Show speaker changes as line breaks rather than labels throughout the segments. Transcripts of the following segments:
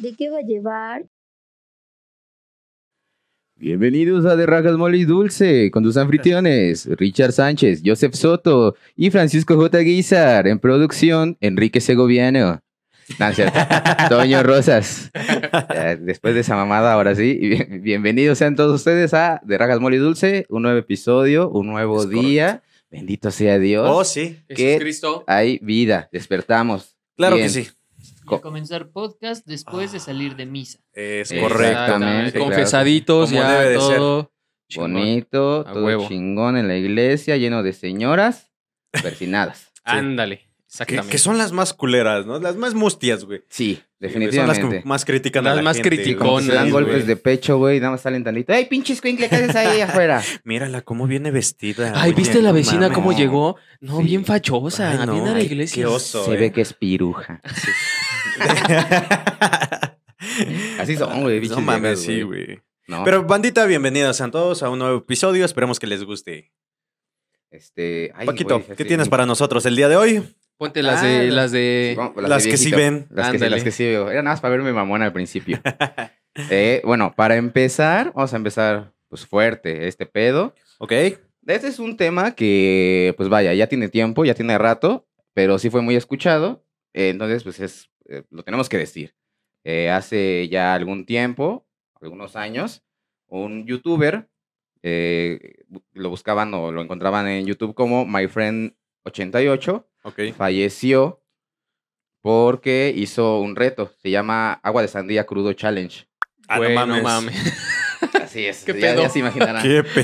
¿Qué te va a llevar?
Bienvenidos a De Rajas Mole y Dulce, con tus anfitriones, Richard Sánchez, Joseph Soto y Francisco J. Guizar. En producción, Enrique Segoviano. No, es cierto. Toño Rosas. Ya, Después de esa mamada, ahora sí. y bien- bienvenidos sean todos ustedes a De Rajas Mole y Dulce, un nuevo episodio, un nuevo
Es
día. Bendito sea Dios.
Oh, sí.
¿Qué?
Jesús Cristo.
Hay vida, despertamos.
Claro
Bien.
que sí.
Co-
Y a comenzar podcast después de salir de misa.
Es
Exacto.
correcto.
Exactamente, claro.
Confesaditos,
Como
ya
debe de ser.
todo. Chingón.
Bonito,
A
todo
huevo.
chingón en la iglesia, lleno de señoras persinadas.
Ándale,
Que,
exactamente.
que son las más culeras, ¿no? Las más mustias, güey.
Sí,
Son las
definitivamente.
que más critican a
Las
la
más
gente, güey.
criticonas,
Como que se dan
Con-
golpes
güey.
de pecho, güey, nada más salen tantito. ¡Ey, pinche escuincle, qué haces ahí afuera!
Mírala cómo viene vestida.
Ay,
oye,
¿viste la
no
vecina
mames.
cómo
No.
llegó? No,
Sí.
bien fachosa.
Ay, no,
viene a la
ay,
iglesia.
qué oso.
Se
eh.
ve que es piruja. Así son, güey, bichos
No mames,
negros,
sí,
güey.
güey.
No,
Pero bandita, bienvenidos a todos a un nuevo episodio. Esperemos que les guste.
este... ay,
Paquito,
güey,
¿qué
sí,
tienes para nosotros el día de hoy?
Ponte las de.
Ah,
Las de...
Vamos,
Las,
de
que sí
viejito.
ven.
Las que, sí,
Ándale.
las que sí veo. Era nada más para verme mamón al principio. Eh, bueno, para empezar, vamos a empezar pues fuerte este pedo.
¿Ok?
Este es un tema que, pues vaya, ya tiene tiempo, ya tiene rato, pero sí fue muy escuchado. eh, entonces, pues es, eh, lo tenemos que decir. Eh, hace ya algún tiempo, algunos años, un youtuber, eh, bu- lo buscaban o lo encontraban en YouTube como MyFriend88,
Ok.
falleció porque hizo un reto. Se llama Agua de Sandía Crudo Challenge.
Ah,
Güey,
no mames.
Así es.
¿Qué
ya, ya
pedo?
se imaginarán.
¿Qué pedo?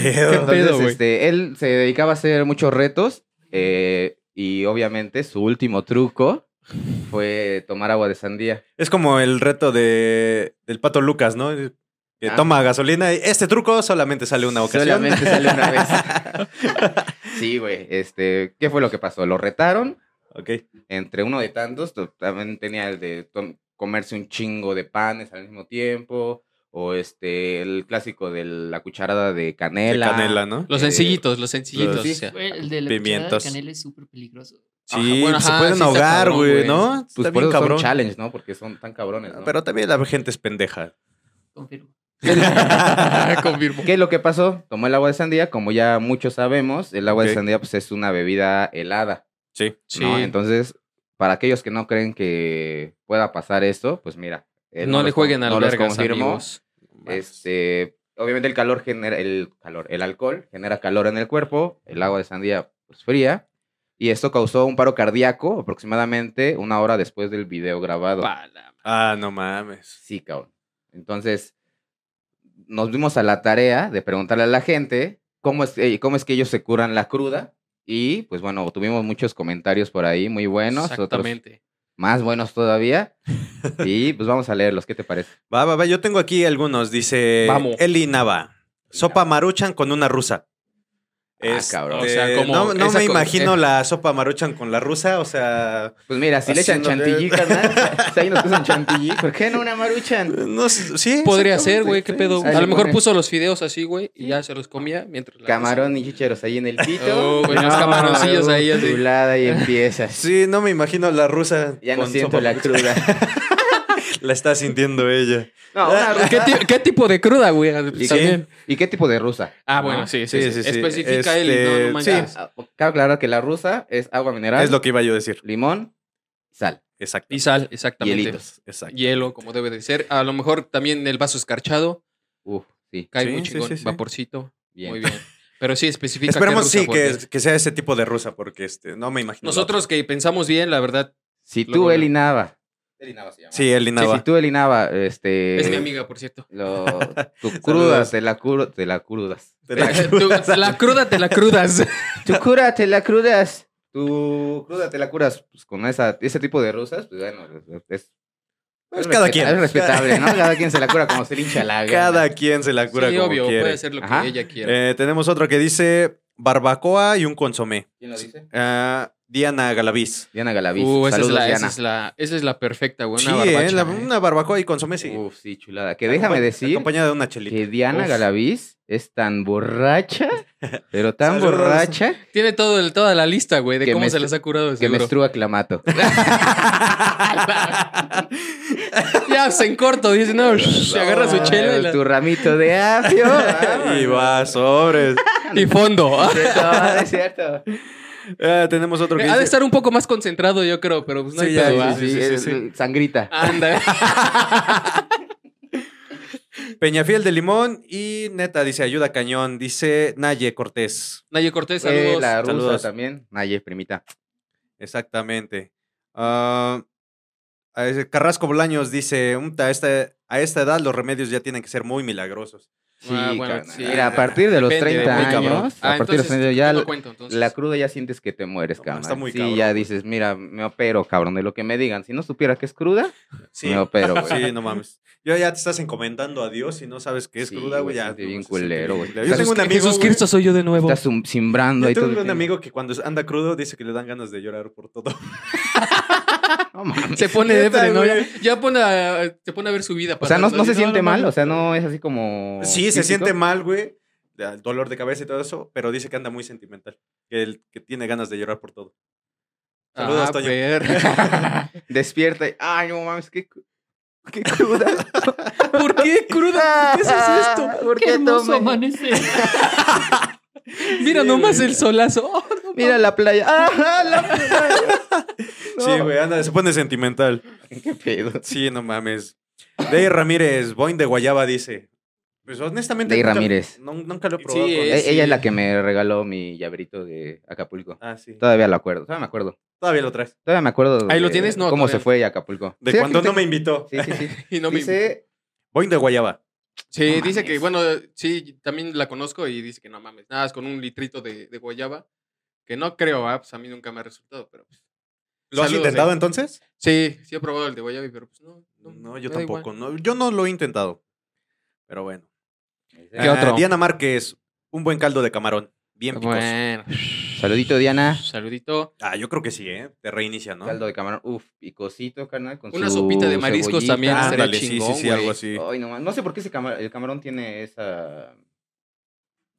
pedo,
Entonces,
güey?
este, él se dedicaba a hacer muchos retos eh, y obviamente su último truco fue tomar agua de sandía.
Es como el reto de, del pato Lucas, ¿no? Eh, Que
Ah.
toma gasolina y este truco solamente sale una ocasión.
Solamente sale una vez. sí, güey. Este, ¿qué fue lo que pasó? Lo retaron
Ok.
entre uno de tantos. to- También tenía el de tom- comerse un chingo de panes al mismo tiempo o este el clásico de la cucharada de
De
canela.
canela, ¿no?
Los
Eh,
sencillitos, los sencillitos.
los-
o sea.
Güey, el de la cucharada
Pimientos.
de canela es súper peligroso.
Sí, pues,
bueno,
se
ajá,
pueden
sí está
ahogar,
cabrón,
güey,
güey.
¿no?
Pues por
está
eso
bien
son
cabrón.
challenge, ¿no? Porque son tan cabrones, ¿no?
Pero también la gente es pendeja.
Confirmo.
Ah, Confirmo.
¿Qué es lo que pasó? Tomó el agua de sandía, como ya muchos sabemos, el agua
Ok.
de sandía pues es una bebida helada,
Sí.
Sí.
¿no? Entonces, para aquellos que no creen que pueda pasar esto, pues mira, él
no, le
los
jueguen
con-
al
no los
vergas,
confirmó.
amigos.
Este, obviamente el calor genera el calor, el alcohol genera calor en el cuerpo, el agua de sandía pues fría y esto causó un paro cardíaco aproximadamente una hora después del video grabado.
Pa la-
Ah, no mames.
Sí, cabrón. Entonces, nos dimos a la tarea de preguntarle a la gente cómo es, eh, cómo es que ellos se curan la cruda. Y pues bueno, tuvimos muchos comentarios por ahí muy buenos, otros
Exactamente.
más buenos todavía. Y pues vamos a leerlos, ¿qué te parece?
Va, va, va. Yo tengo aquí algunos. Dice
Vamos.
Eli Nava. Sopa maruchan con una rusa. Este,
Ah, cabrón.
O sea, como
no no
esa
me
co-
imagino
eh.
la sopa maruchan con la rusa, o sea...
Pues mira, si le echan
Haciéndole-
chantilly, carnal, si ahí nos puso chantilly, ¿por qué no una maruchan?
No, sé, sí.
Podría ser, güey, qué pedo.
Ahí le
A lo mejor
pone-
puso los fideos así, güey, y ya se los comía mientras. la-
Camarón y chicheros ahí en el pito.
Oh, güey, los camaroncillos ahí así.
Chulada y empiezas.
Sí, no me imagino la rusa.
Ya no
con
siento
sopa
la
maruchan.
cruda.
La está sintiendo ella.
No, una rusa.
¿Qué, ti- qué tipo de cruda, güey?
¿Y
También.
qué, ¿Y qué tipo de rusa?
Ah,
¿No?
bueno, sí, sí.
Sí, sí,
sí,
sí.
Especifica él y no,
Este,
no manches.
sí.
Ah, Cabe aclarar que la rusa es agua mineral,
Es lo que iba yo a decir.
limón, sal.
Exacto.
Y sal, exactamente.
Hielitos.
Exacto.
Hielo, como debe de ser. A lo mejor también el vaso escarchado.
Uf, sí,
Cae
Sí,
muy
sí,
chingón.
sí, sí.
Vaporcito.
bien.
Muy bien. Pero sí, especifica. qué
Esperemos
rusa,
sí
porque
que, que sea ese tipo de rusa, porque este, no me imagino. la
Nosotros que pensamos bien, la verdad.
Si
Luego
tú,
le-
Eli Nava. Eli Nava se
otra.
llama.
Sí, el Inaba.
si tú, Eli Nava, este...
Es mi amiga, por cierto.
Lo, tu crudas, te la, curo, te la crudas.
Te la
Tú-
crudas.
la cruda te la crudas.
Tu cura, te la crudas. Tu cruda, te la curas. Pues con esa, ese tipo de rusas, pues bueno, es... es-
Pues
es
cada
respeta-
quien.
Es respetable, ¿no? Cada quien se la cura como se le hincha la gana.
Cada quien se la cura
Sí,
como
obvio,
quiere.
puede ser lo que
Ajá.
ella quiera.
Eh, tenemos otro que dice barbacoa y un consomé.
¿Quién lo dice?
Ah, Diana Galaviz.
Diana Galaviz.
Uh, esa,
Saludos,
es la, esa
Diana.
es la- esa es la perfecta, güey.
sí,
Una
¿eh?
barbacha,
La-
¿eh? Uh,
una barbacoa y con sí.
Uf, sí, chulada. Que déjame
Acompa-
decir
Acompañada de una chelita.
que Diana
Uf.
Galaviz es tan borracha, pero tan
Saludos.
borracha,
Tiene todo el- toda la lista, güey, de
Que
cómo
me
se
estru-
las ha curado.
que
seguro.
menstrua clamato.
Ya, se en corto, dice, no, se agarra su chela y, la-
Tu ramito de apio.
y va, sobres.
y fondo.
Sí, no, no es cierto.
Ah, tenemos otro que
Eh, Ha de
dice-
estar un poco más concentrado, yo creo, pero pues no hay
Sí, ya,
pedo,
sí,
¿va?
Sí, sí,
sí,
es-
sí.
Sangrita.
Ah, Anda.
Peñafiel de Limón y neta dice ayuda cañón, dice Naye Cortés.
Naye Cortés,
Eh,
saludos.
la rusa
saludos.
también. Naye, primita.
Exactamente. Ah, a ese- Carrasco Bolaños dice, "Umta, a esta, a esta edad los remedios ya tienen que ser muy milagrosos.
Sí,
Ah, bueno,
carnal.
sí.
Mira, a partir de los
Depende,
30
muy
años,
cabrón.
a
Ah,
partir de los
entonces,
30 ya
yo no
la-
cuento, entonces.
la cruda ya sientes que te mueres,
No,
cabrón.
está muy
sí,
cabrón,
ya
güey.
dices, mira, me opero, cabrón, de lo que me digan. Si no supiera que es cruda,
Sí,
me opero, güey.
sí, no mames. Yo ya te estás encomendando a Dios y no sabes qué es
Sí,
cruda,
güey,
güey. ya,
siente bien
no, se siente
culero, güey.
culero. Yo tengo un amigo,
Jesús
güey,
Cristo soy yo de nuevo.
Estás zum- simbrando
yo
ahí
tengo
todo el
un
tiempo.
amigo que cuando anda crudo dice que le dan ganas de llorar por todo.
No mames.
Se pone de
Neta,
freno, ya,
güey.
ya pone a, se pone a ver su vida.
O sea, no,
pasando,
no se
dice,
siente
no
mal,
mames.
o sea, no es así como.
Sí,
físico.
se siente mal, güey. da- Dolor de cabeza y todo eso, pero dice que anda muy sentimental. Que, el, que tiene ganas de llorar por todo. Saludos,
Ah,
Toño.
perra.
Despierta y. Ay, no mames, qué, cru- qué cruda.
¿Por qué cruda? ¿Por ¿Qué es esto?
¿Por
Qué
qué
hermoso
tomé?
amanecer.
Mira
Sí,
nomás
güey.
el solazo. Oh, no
Mira la playa. Ajá, la playa. No.
Sí, güey, anda, se pone sentimental.
Qué pedo.
Sí, no mames. Dey Ramírez, Boing de Guayaba dice. Pues honestamente.
Dey
nunca-
Ramírez.
nun- nunca lo he probado.
Sí,
con-
es-
E- Ella es la que me regaló mi llaverito de Acapulco.
Ah, sí.
Todavía lo acuerdo, todavía me acuerdo.
Todavía lo traes.
Todavía me acuerdo.
Ahí lo
de
tienes, no,
¿Cómo
todavía
se
no.
fue a Acapulco?
De
Sí, aquí
cuando no
tengo-
me invitó.
Sí, sí, sí.
Y no me
Dice,
Boing de Guayaba.
Sí,
No
dice que,
mames.
bueno, sí, también la conozco y dice que no mames, nada, es con un litrito de, de guayaba, que no creo, ah, pues a mí nunca me ha resultado, pero pues.
¿Lo has
saludos,
intentado
eh.
entonces?
Sí, sí he probado el de guayaba, pero pues no.
No, yo
me da igual.
tampoco. no, yo no lo he intentado. Pero bueno.
¿Qué
Ah,
otro?
Diana Márquez, un buen caldo de camarón. Bien picoso.
Bueno.
Saludito, Diana.
Saludito.
Ah, yo creo que sí, ¿eh? Te reinicia, ¿no?
caldo de camarón, uf, picosito, carnal. Con
Una
su
sopita de mariscos
cebollita.
también
Ah,
estaría
ándale, sí, sí,
chingón,
sí,
güey.
algo así.
Ay, no, mames, no sé por qué ese cama- el camarón tiene esa...
Esa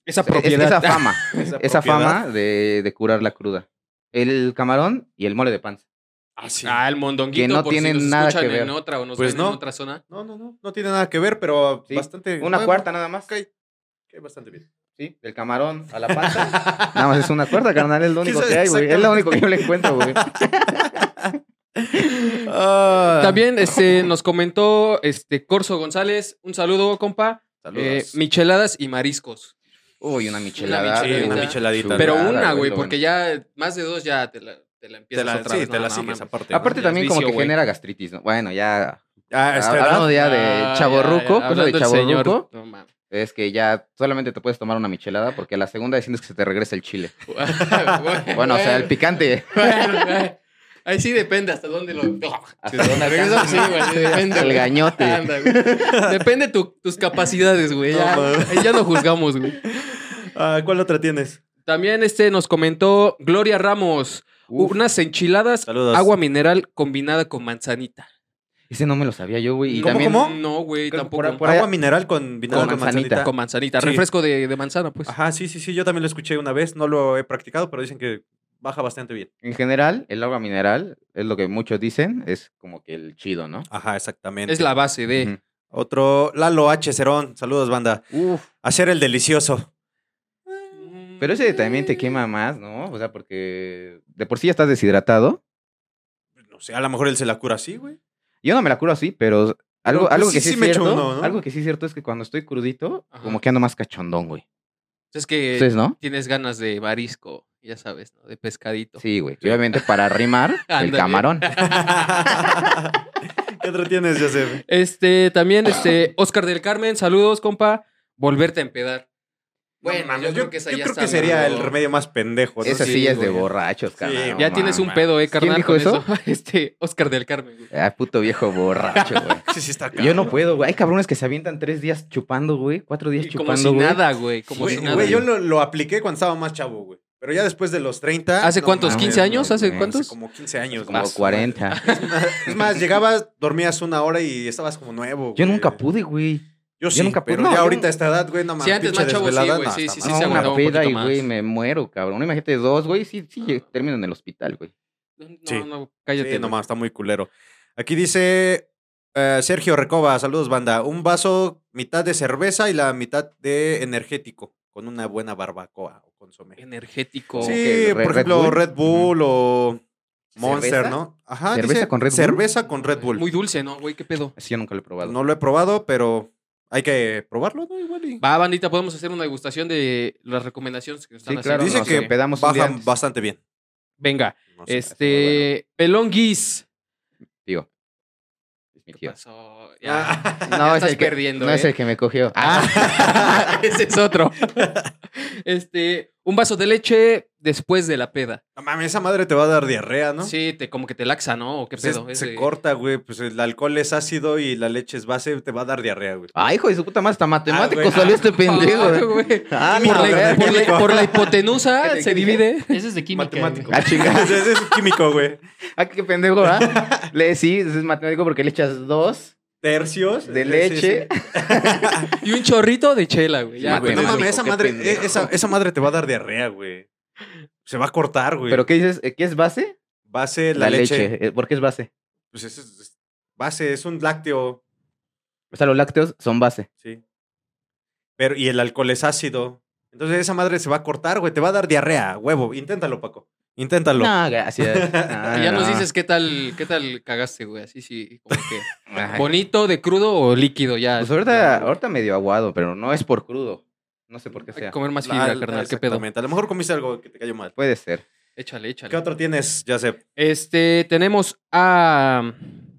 es- es-
propiedad.
esa fama, esa
propiedad.
fama de, de curar la cruda. El camarón y el mole de panza.
Ah, sí.
Ah, el mondonguito.
Que no
por si
tienen
nos
nada
escuchan
que ver.
en otra o nos
Pues
ven
no.
en otra zona.
No, no, no. No tiene nada que ver, pero
Sí,
bastante.
Una
bueno,
cuarta nada más.
Ok. ok, bastante bien.
Sí, del camarón a la panza. Nada más es una cuarta, carnal, es lo único
Quizás-
que hay, güey. Es lo único que yo le encuentro, güey.
Ah.
También este, nos comentó este, Corso González. Un saludo, compa.
Saludos.
Eh, micheladas y mariscos.
Uy, una michelada.
Sí,
güey.
una
micheladita.
Pero
Chulada,
una, güey,
lo
porque ya más de dos ya te la, te la
te
empiezas
la,
otra
sí,
vez.
te
No,
la
no
sigues
mames.
aparte.
bueno. Aparte
ya es
también como que
vicio, güey.
genera gastritis, ¿no? Bueno, ya
Ah, esta edad.
hablando ya
Ah,
de chaborruco,
ya, ya,
cosa de
hablando el señor.
chaborruco,
No, mames.
es que ya solamente te puedes tomar una michelada porque a la segunda sientes que se te regresa el chile. Bueno, o sea, el picante.
Bueno, Ahí sí depende hasta dónde lo.
Hasta
Si te
dónde
regresas,
alcanza,
sí,
¿no?
güey, sí, depende,
El
güey.
gañote.
Anda, güey. Depende tu- tus capacidades, güey. Ya,
No,
ahí ya no juzgamos, güey.
Ah, ¿Cuál otra tienes?
También este nos comentó Gloria Ramos.
Uf,
unas enchiladas,
Saludos.
agua mineral combinada con manzanita.
ese no me lo sabía yo, güey. Y
¿Cómo,
también
cómo?
No, güey,
Creo que
tampoco.
por- por-
Agua
allá-
mineral con vinagre
con
con
manzanita.
manzanita.
Con manzanita,
Sí.
refresco de, de manzana, pues.
Ajá, sí, sí, sí. Yo también lo escuché una vez. No lo he practicado, pero dicen que baja bastante bien.
en general, el agua mineral es lo que muchos dicen, es como que el chido, ¿no?
Ajá, exactamente.
Es la base de.
Otro, Lalo H. Cerón. Saludos, banda.
Ujú. Uf,
Hacer el delicioso.
pero ese también te quema más, ¿no? O sea, porque de por sí ya estás deshidratado.
No sé, a lo mejor él se la cura así, güey.
Yo no me la curo así, pero algo,
pues
algo
sí,
que sí,
sí
es
me echo
cierto,
uno, ¿no?
algo que sí es cierto es que cuando estoy crudito,
Ajá. Eh,
como que ando más cachondón, güey.
Es que
¿Ustedes no?
tienes ganas de marisco, ya sabes, ¿no? De pescadito.
Sí, güey. Y obviamente para rimar, el
Ándale.
camarón.
¿Qué otro tienes, Joseph?
Este, también, este, Oscar del Carmen, saludos, compa. Volverte a empedar. Bueno,
mames,
yo creo que esa
yo
ya
creo
está,
que sería
¿no?
el remedio más pendejo. ¿no?
Esa
sí,
sí, es de
güey.
borrachos, carnal.
güey.
no
Ya tienes un
mames.
pedo, eh, carnal.
dijo
con
eso?
Este, Oscar del Carmen, güey.
Ah, puto viejo borracho, güey.
Sí, sí, está acá.
Yo no puedo, güey. Hay cabrones que se avientan tres días chupando, güey. Cuatro días
Y
chupando,
como si
güey.
nada, güey. Como
Güey,
si nada.
güey, yo lo, lo apliqué cuando estaba más chavo, güey. Pero ya después de los 30.
¿Hace cuántos?
mames,
¿15 años?
no
¿Hace
mames.
cuántos?
Como 15 años.
Como
más.
40.
Es más, llegabas, dormías una hora y estabas como nuevo.
Yo
güey.
nunca pude, güey.
Yo sí,
nunca pude.
pero
No,
ya
yo
ahorita
no-
a esta edad, güey, no mames.
Sí, antes más
pinche
chavo, sí,
desvelada,
güey,
no,
sí,
está
sí,
mal.
sí, se
No,
aguantaba
una
un
peda
poquito
y, güey,
más.
me muero, cabrón. Imagínate dos, güey. Sí, sí, termino en el hospital, güey.
No,
Sí.
no, cállate.
Sí,
güey.
no mames, está muy culero. Aquí dice eh, Sergio Recoba, saludos banda. Un vaso mitad de cerveza y la mitad de energético, con una buena barbacoa o consomé.
Energético.
Sí,
que Red-
por
Red
ejemplo,
Bull.
Red Bull o Monster,
¿Cerveza?
¿no? Ajá,
¿Cerveza
dice,
con Red Bull?
Cerveza con Red Bull.
Muy dulce, ¿no, güey? ¿Qué pedo?
Así yo nunca lo he probado.
No lo he probado, pero hay que probarlo, ¿no? Igual y-
Va, bandita, podemos hacer una degustación de las recomendaciones que nos están
sí,
haciendo.
claro.
Dice
nos
que
pedamos un día
Bajan
antes.
bastante bien.
Venga,
No sé.
este. Pelón Guis.
Tío. Es mi
¿Qué
tío.
pasó? Ya.
Ah.
ya
No, es
estás
el que-
perdiendo.
No
¿eh?
es el que me cogió.
Ah, ese es otro. Este, un vaso de leche después de la peda.
No mames, esa madre te va a dar diarrea, ¿no?
Sí, te, como que te laxa, ¿no? ¿O qué
Pues es-
pedo?
se
Ese-
corta, güey. Pues el alcohol es ácido y la leche es base, te va a dar diarrea, güey.
Ay, Ah, hijo de su puta madre, hasta matemático
Ah, güey.
salió este pendejo.
Ah,
güey.
güey.
Ah,
por,
no,
la,
güey.
por la- por la
¿Qué
hipotenusa
te-
se
qué dije?
divide.
Ese es de química. güey.
Matemático.
Ah, chingada.
Ese es químico, güey.
Ah, qué pendejo, ¿ah? Le, sí, es matemático porque le echas dos
Tercios.
de
Sí,
leche.
sí, sí.
Y un chorrito de chela, güey. Ya,
Sí,
güey.
No
Pendejo,
mames, esa
qué
madre, eh,
pendejo.
esa, esa madre te va a dar diarrea, güey. Se va a cortar, güey.
¿Pero qué dices? Eh, ¿Qué es base?
Base, la, leche.
Eh, ¿Por qué es base?
Pues eso es, es base, es un lácteo,
O sea, los lácteos son base.
sí. Pero, y el alcohol es ácido. Entonces esa madre se va a cortar, güey. Te va a dar diarrea, huevo. Inténtalo, Paco. Inténtalo.
No, gracias. Ah,
Y ya nos
no.
dices qué tal, qué tal cagaste, güey. Así sí, como que
Ay,
bonito, de crudo o líquido, ya.
Pues ahorita, ahorita medio aguado, pero no es por crudo. No sé por qué
Hay que
sea.
comer más
La-
fibra,
la-
carnal. ¿Qué pedo?
exactamente. A lo mejor comiste algo que te cayó mal.
Puede ser.
Échale,
¿Qué
échale.
otro tienes, Jacep?
Este, tenemos a um,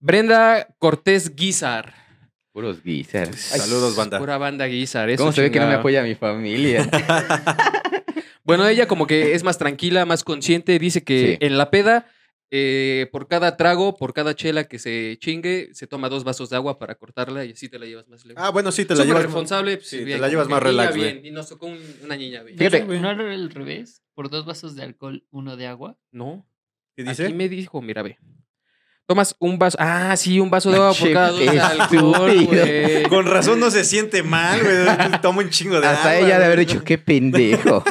Brenda Cortés Guizar.
Puros guiseros.
Saludos, banda.
Pura banda Guizar. eso
¿Cómo se ve que no me
chingada.
apoya mi familia?
Bueno, ella como que es más tranquila, más consciente. Dice que
Sí.
en la peda, eh, por cada trago, por cada chela que se chingue, se toma dos vasos de agua para cortarla y así te la llevas más leve.
Ah, bueno, sí, te la
Súper
llevas.
responsable. pues,
sí, te
bien,
la llevas
como
más
que niña
relax, güey.
bien, Y nos tocó un- una niña bien.
Fíjate.
¿No era al revés? ¿Por dos vasos de alcohol, uno de agua?
No,
¿Qué
aquí
dice?
me dijo, mira, ve. Tomas un vaso, ah, sí, un vaso de agua por
Che,
cada dos de
qué
alcohol,
estúpido.
güey.
Con razón no se siente mal, güey. Toma un chingo de
Hasta
agua,
ella de haber
güey.
dicho, qué pendejo.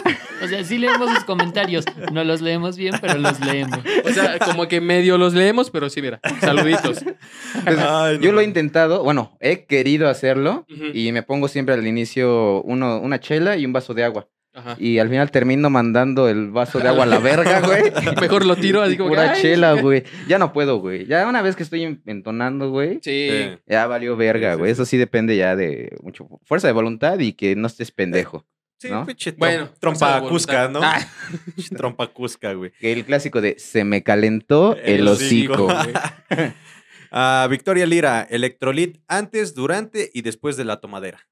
O sea, sí leemos sus comentarios. No los leemos bien, pero los leemos.
O sea, como que medio los leemos, pero sí, mira, saluditos.
Entonces,
Ay, no.
Yo lo he intentado, bueno, he querido hacerlo
Ujú.
y me pongo siempre al inicio uno, una chela y un vaso de agua.
Ajá.
Y al final termino mandando el vaso de agua a la verga, güey.
Mejor lo tiro, así
Y
como que,
Pura
ay,
chela, güey. Ya no puedo, güey. Ya una vez que estoy en- entonando, güey.
Sí.
Sí.
Ya valió verga,
Sí, sí,
güey.
sí.
Eso sí depende ya de mucho fuerza de voluntad y que no estés pendejo.
Sí,
¿no?
pinche trom-
Bueno,
trompa
esa
cusca, ¿no?
voluntad. Ah.
trompa cusca, güey.
Que El clásico de se me calentó el,
El hocico.
hocico. güey.
Ah, Victoria Lira, electrolit antes, durante y después de la tomadera.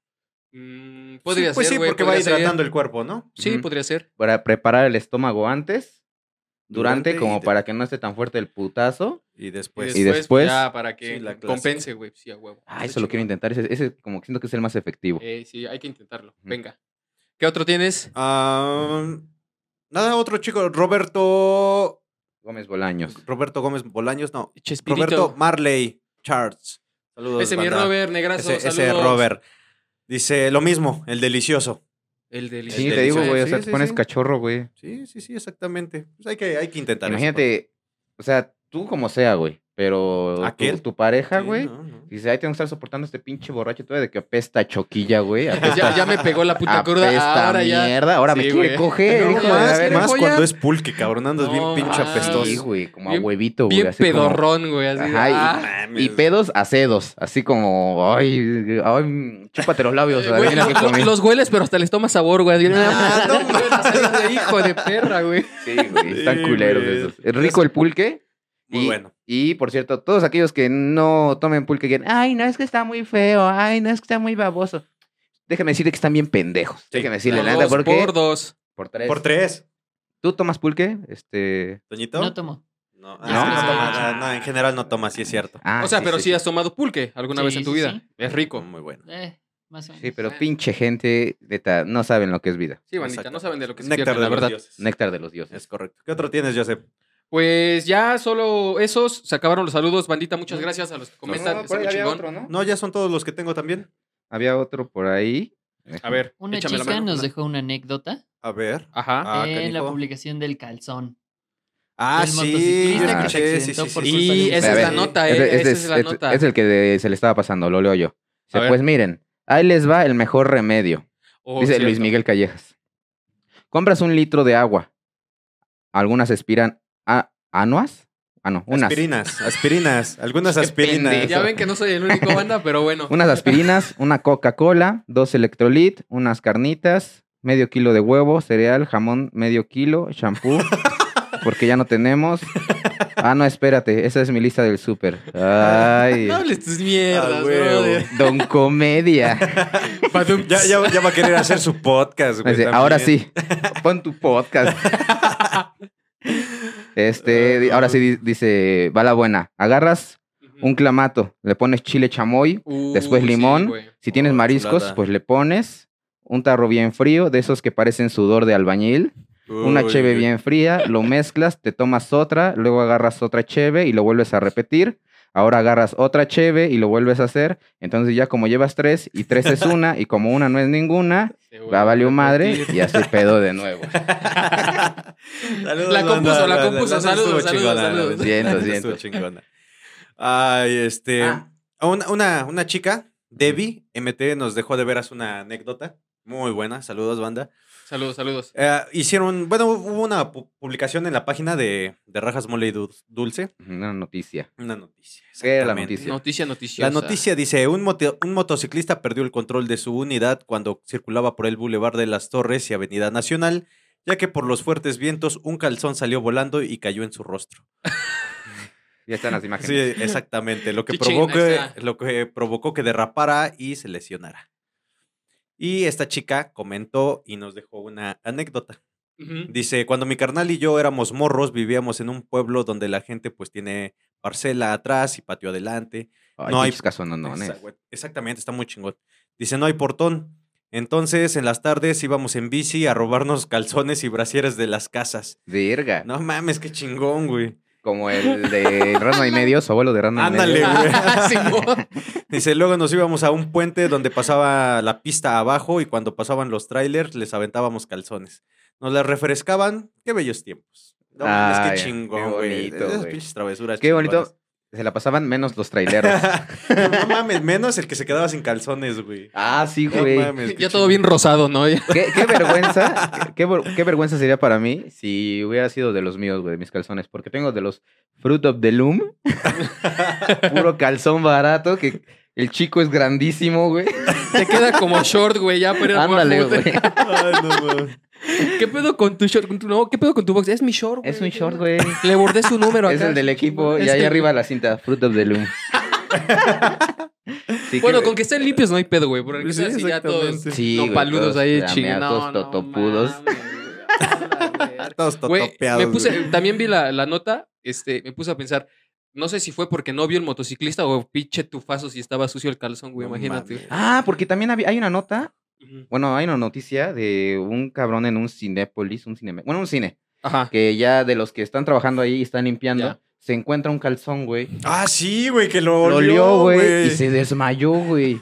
Mm, podría
Sí, pues
ser,
sí,
güey.
porque va
podría ser.
hidratando el cuerpo, ¿no?
Sí,
Ujú.
podría ser.
Para preparar el estómago antes, durante,
Durante y
como
de-
para que no esté tan fuerte el putazo.
Y después.
Y de- después-
pues, ya, para que
Sí, la clásica.
compense, güey. Sí, a huevo.
Ah,
Ese
eso lo quiero
chingón.
intentar. Ese, ese como que siento que es el más efectivo.
Eh, sí, hay que intentarlo.
Ujú.
Venga. ¿Qué otro tienes?
Ah, nada, otro chico, Roberto.
Gómez Bolaños.
Roberto Gómez Bolaños, no.
Chespirito.
Roberto Marley Charles. Saludos.
Ese mi
banda.
Robert, negrazo.
Ese, ese
saludos.
Robert. Dice lo mismo, el delicioso.
El delicioso.
Sí,
Es
te digo,
delicioso.
güey. O
este, Sí,
sea,
sí,
te pones
sí.
cachorro, güey.
Sí, sí, sí, exactamente. Pues hay que, hay que intentar. eso,
Imagínate, o sea, tú como sea, güey. Pero tu,
Aquel.
tu
pa-
pareja,
Sí,
güey.
no, no.
Dice, ahí tengo que estar soportando este pinche borracho todavía de que apesta a choquilla, güey. Apesta,
Pues ya, ya me pegó la puta cruda.
apesta
Ahora ya.
mierda. Ahora me
Sí,
quiere
güey.
coger,
No,
Eh, hijo de la
más,
verga.
más
joya.
cuando es pulque, cabrón. Andas
No,
bien pinche
ah,
apestoso.
Sí, güey, como a
Bien-
huevito, güey.
Bien
así como-
pedorrón, güey. Así de,
Ajá, y-
ah,
Mames.
Y pedos acedos, así como, ay, ay, chúpate los labios,
eh, güey,
adivina qué
lo-
comí.
los hueles, pero hasta les toma sabor, güey. así de,
Ah, no mames.
hijo de perra, güey.
Sí, güey, están
Sí,
culeros
güey.
esos. Es rico el pulque.
Muy
y,
bueno.
Y, por cierto, todos aquellos que no tomen pulque, que, ay, no, es que está muy feo, ay, no, es que está muy baboso. Déjame decirte que están bien pendejos. Déjame decirle, la neta,
Dos
porque...
por dos.
Por tres.
Por tres.
¿Tú tomas pulque? Este...
¿Toñito?
No tomó.
No,
No.
ah, no,
Ah.
toma, no, no, en general no toma, sí es cierto.
Ah,
o sea, pero sí,
sí.
has tomado pulque alguna
Sí,
vez en tu
sí,
vida.
sí.
Es rico.
Muy bueno.
Eh, más o menos.
Sí, pero
Ah.
pinche gente, neta, no saben lo que es vida.
Sí, bandita,
Exacto.
no saben de lo que se
Néctar
pierden,
de
la
los
verdad.
dioses.
Néctar de los dioses.
Es correcto. ¿Qué otro tienes, Joseph?
Pues ya solo esos, se acabaron los saludos, bandita, muchas gracias a los que comentan,
pues
está muy chingón.
¿no?
No, ya son todos los que tengo también.
Había otro por ahí.
A ver,
Una
échame la
chica
mano.
nos dejó una anécdota
A ver.
Ajá.
Ah,
en eh, la
canijo.
publicación del calzón.
Ah,
Del
sí, yo
motociclista
que
escuché,
se
sí, sí,
accidentó
sí,
por
sí,
culpa
sí.
Y
de un
esa
A
es la
ver,
nota,
Ah, es,
eh,
es-
esa
es-
es la
es-
nota.
es el que de- se le estaba pasando, lo leo yo.
A
Dice,
ver.
pues miren, ahí les va el mejor remedio.
Oh,
Dice
cierto.
Luis Miguel Callejas. Compras un litro de agua. Algunas expiran a, anuas. Ah, no, unas.
Aspirinas, aspirinas, algunas
Qué
aspirinas.
pendejo.
Ya ven que no soy el único banda, pero bueno.
Unas aspirinas, una Coca-Cola, dos electrolit, unas carnitas, medio kilo de huevo, cereal, jamón, medio kilo, shampoo, porque ya no tenemos. Ah, no, espérate, esa es mi lista del súper. Ay,
No hables tus mierdas,
Ah, huevo.
brother.
don Comedia.
Badum.
Ya, ya, ya va a querer hacer su podcast, güey.
Dice, ahora
también.
sí, pon tu podcast.
Ah,
Este, di- ahora sí
pues.
di- dice, va la buena. Agarras un clamato, le pones chile chamoy,
Uh,
después
sí,
limón.
güey.
Si tienes
Oh,
mariscos,
chulada.
pues le pones un tarro bien frío, de esos que parecen sudor de albañil, una
Uy,
cheve
uy.
bien fría, lo mezclas, te tomas otra, luego agarras otra cheve y lo vuelves a repetir. Ahora agarras otra cheve y lo vuelves a hacer. Entonces ya como llevas tres y tres es una y como una no es ninguna,
Sí, güey,
ya valió
repetir.
madre y así pedo de nuevo.
Saludos,
La compuso,
banda,
la compuso,
neta
saludos,
estuvo
saludos,
chingona, la
saludos.
neta,
Siento,
la neta
siento.
estuvo chingona. Ay, este.
Ah.
Una, una, una chica, Debbie MT, nos dejó de veras una anécdota. Muy buena, saludos, banda.
Saludos, saludos.
Eh, hicieron, bueno, hubo una pu- publicación en la página de, de Rajas Mole y Dul- Dulce.
Una noticia.
Una noticia.
¿Qué era la
exactamente.
noticia?
Noticia, noticia.
La noticia dice, un, mote- un motociclista perdió el control de su unidad cuando circulaba por el Boulevard de las Torres y Avenida Nacional, ya que por los fuertes vientos un calzón salió volando y cayó en su rostro.
Ya están las imágenes.
Sí, exactamente, lo que,
Qué chingona
provocó,
está.
lo que provocó que derrapara y se lesionara. Y esta chica comentó y nos dejó una anécdota. Dice, cuando mi carnal y yo éramos morros, vivíamos en un pueblo donde la gente pues tiene parcela atrás y patio adelante.
Ay,
no hay-
pinches casononones.
Exa- güey, Exactamente, está muy chingón. Dice, no hay portón. Entonces, en las tardes íbamos en bici a robarnos calzones y brasieres de las casas.
Verga.
No mames, qué chingón, güey.
Como el de Rana y Medio, su abuelo de Rana y
Ándale,
Medio.
güey.
Ah, Simón.
Dice, luego nos íbamos a un puente donde pasaba la pista abajo y cuando pasaban los trailers les aventábamos calzones. Nos las refrescaban. Qué bellos tiempos. No mames,
Ay,
qué chingón,
qué
güey.
bonito,
Esas
güey.
pinches travesuras.
Qué bonito.
chingonas.
Se la pasaban menos los traileros.
no mames, menos el que se quedaba sin calzones, güey.
ah, sí,
No
güey.
mames, qué
Ya todo bien rosado, ¿no? Ya.
Qué, qué vergüenza, qué- qué, ver- qué vergüenza sería para mí si hubiera sido de los míos, güey, de mis calzones, porque tengo de los Fruit of the Loom, puro calzón barato, que el chico es grandísimo, güey.
Te queda como short, güey, ya para ir a jugar
Ándale,
fútbol.
güey.
¿eh? Ay, no mames.
¿Qué pedo con tu short? Con tu- no, ¿Qué pedo con tu box? Es mi short, güey.
Es un short, güey.
Le bordé su número
Es
acá.
el del equipo y
Es
ahí
el-
arriba la cinta, Fruit of the Loom. Sí,
Bueno,
qué-
con que estén limpios no hay pedo, güey. Porque
Sí,
así ya todos
exactamente.
Sí, güey,
paludos
todos
ahí,
flameados,
chingados.
todos totopudos.
Todos
Güey, me
totopeados, güey.
puse, también vi la, la nota, este, me puse a pensar, no sé si fue porque no vio el motociclista o pinche tufazo si estaba sucio el calzón, güey,
No
imagínate.
mames.
Ah, porque también había- hay una nota,
Ujú.
bueno, hay una noticia de un cabrón en un Cinépolis, un cine, bueno, un cine,
Ajá.
que ya de los que están trabajando ahí y están limpiando,
Ya.
se encuentra un calzón, güey.
Ah, sí, güey, que lo
Lo
olió, güey.
Y se desmayó, güey.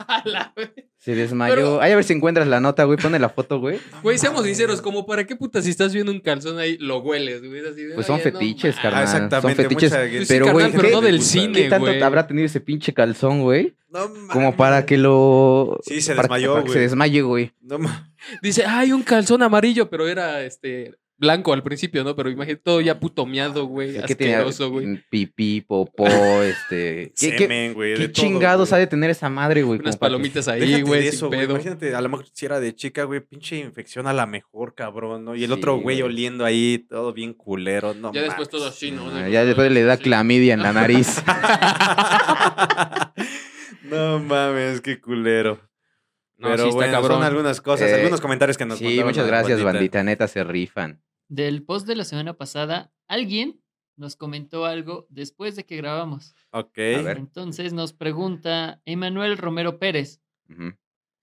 Se desmayó. Ay, a ver si encuentras la nota, güey. Pone la foto, güey.
Güey, seamos sinceros, como para qué puta si estás viendo un calzón ahí, lo hueles, güey. es así de,
Pues son
"Oye, no
fetiches,
mames".
carnal.
Ah, exactamente.
Son fetiches.
mucha gente-
Sí,
pero, güey,
carnal, pero
¿qué-
no del
gusta.
cine.
¿Qué tanto
güey.
habrá tenido ese pinche calzón, güey?
No mames.
Como para que lo...
Sí, se
para-
desmayó,
para que Se
güey.
desmaye, güey.
No ma-
Dice, hay un calzón amarillo, pero era este blanco al principio, ¿no? Pero imagínate todo ya putomeado, güey.
¿Qué tenía?
Asqueroso, güey.
Pipí, popó, este... ¿Qué, qué,
Semen, güey,
qué
de todo,
chingados ha de
güey.
tener esa madre, güey?
Unas
como para que-
palomitas
Déjate
ahí,
de
güey,
eso,
sin
güey,
pedo.
Imagínate, a lo mejor si era de chica, güey, pinche infección a la mejor, cabrón, ¿no? Y el
Sí,
otro güey
güey.
oliendo ahí, todo bien culero, no
Ya después todo
mames.
así, ¿no?
Ah, ya después le da
Sí.
clamidia en la nariz.
no mames, qué culero.
No,
Pero
sí está
bueno,
cabrón.
son algunas cosas,
Eh,
algunos comentarios que nos
Sí,
mandaron
muchas
la
gracias, bandita. Neta, se rifan.
Del post de la semana pasada, alguien nos comentó algo después de que grabamos.
Ok.
ver.
Entonces nos pregunta Emanuel Romero Pérez.
Ujú.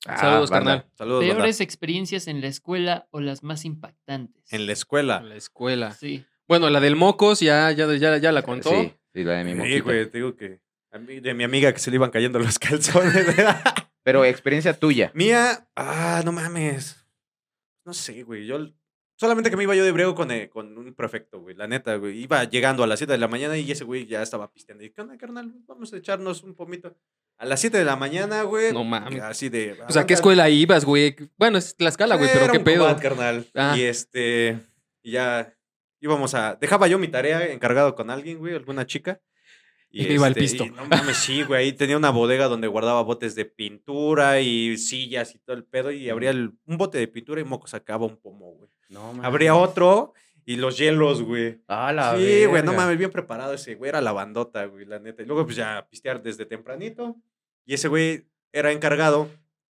Ah, Saludos,
banda.
carnal.
Saludos, banda.
Peores experiencias en la escuela o las más impactantes.
En la
A
escuela.
la escuela.
Sí.
Bueno, la del Mocos ya, ya, ya, ya la contó.
Sí, sí, la de mi
Sí,
moquito.
güey, te digo que. a mí- de mi amiga que se le iban cayendo los calzones.
Pero experiencia tuya.
Mía, ah, no mames. No sé, güey. Yo solamente que me iba yo de brego con, eh, con un prefecto, güey. La neta, güey. Iba llegando a las 7 de la mañana y ese güey ya estaba pisteando. Y, ¿qué onda, carnal? Vamos a echarnos un pomito. A las 7 de la mañana, güey.
No mames.
Así de.
O sea, Pues, ¿qué
"Aguanta".
escuela ibas, güey? Bueno, es Tlaxcala, güey, pero
Era
qué
un
pedo.
Cobat, carnal.
Ah.
Y este. Y ya íbamos a. Dejaba yo mi tarea encargado con alguien, güey, alguna chica. este,
Y te iba al pisto.
y no mames, sí, güey. Ahí tenía una bodega donde guardaba botes de pintura y sillas y todo el pedo. Y abría el- un bote de pintura y moco sacaba un pomo, güey.
No, mames.
Abría otro y los hielos, güey.
A la
sí, güey, no
verga.
mames, bien preparado ese güey. Era la bandota, güey, la neta. Y luego, pues ya pistear desde tempranito. Y ese güey era encargado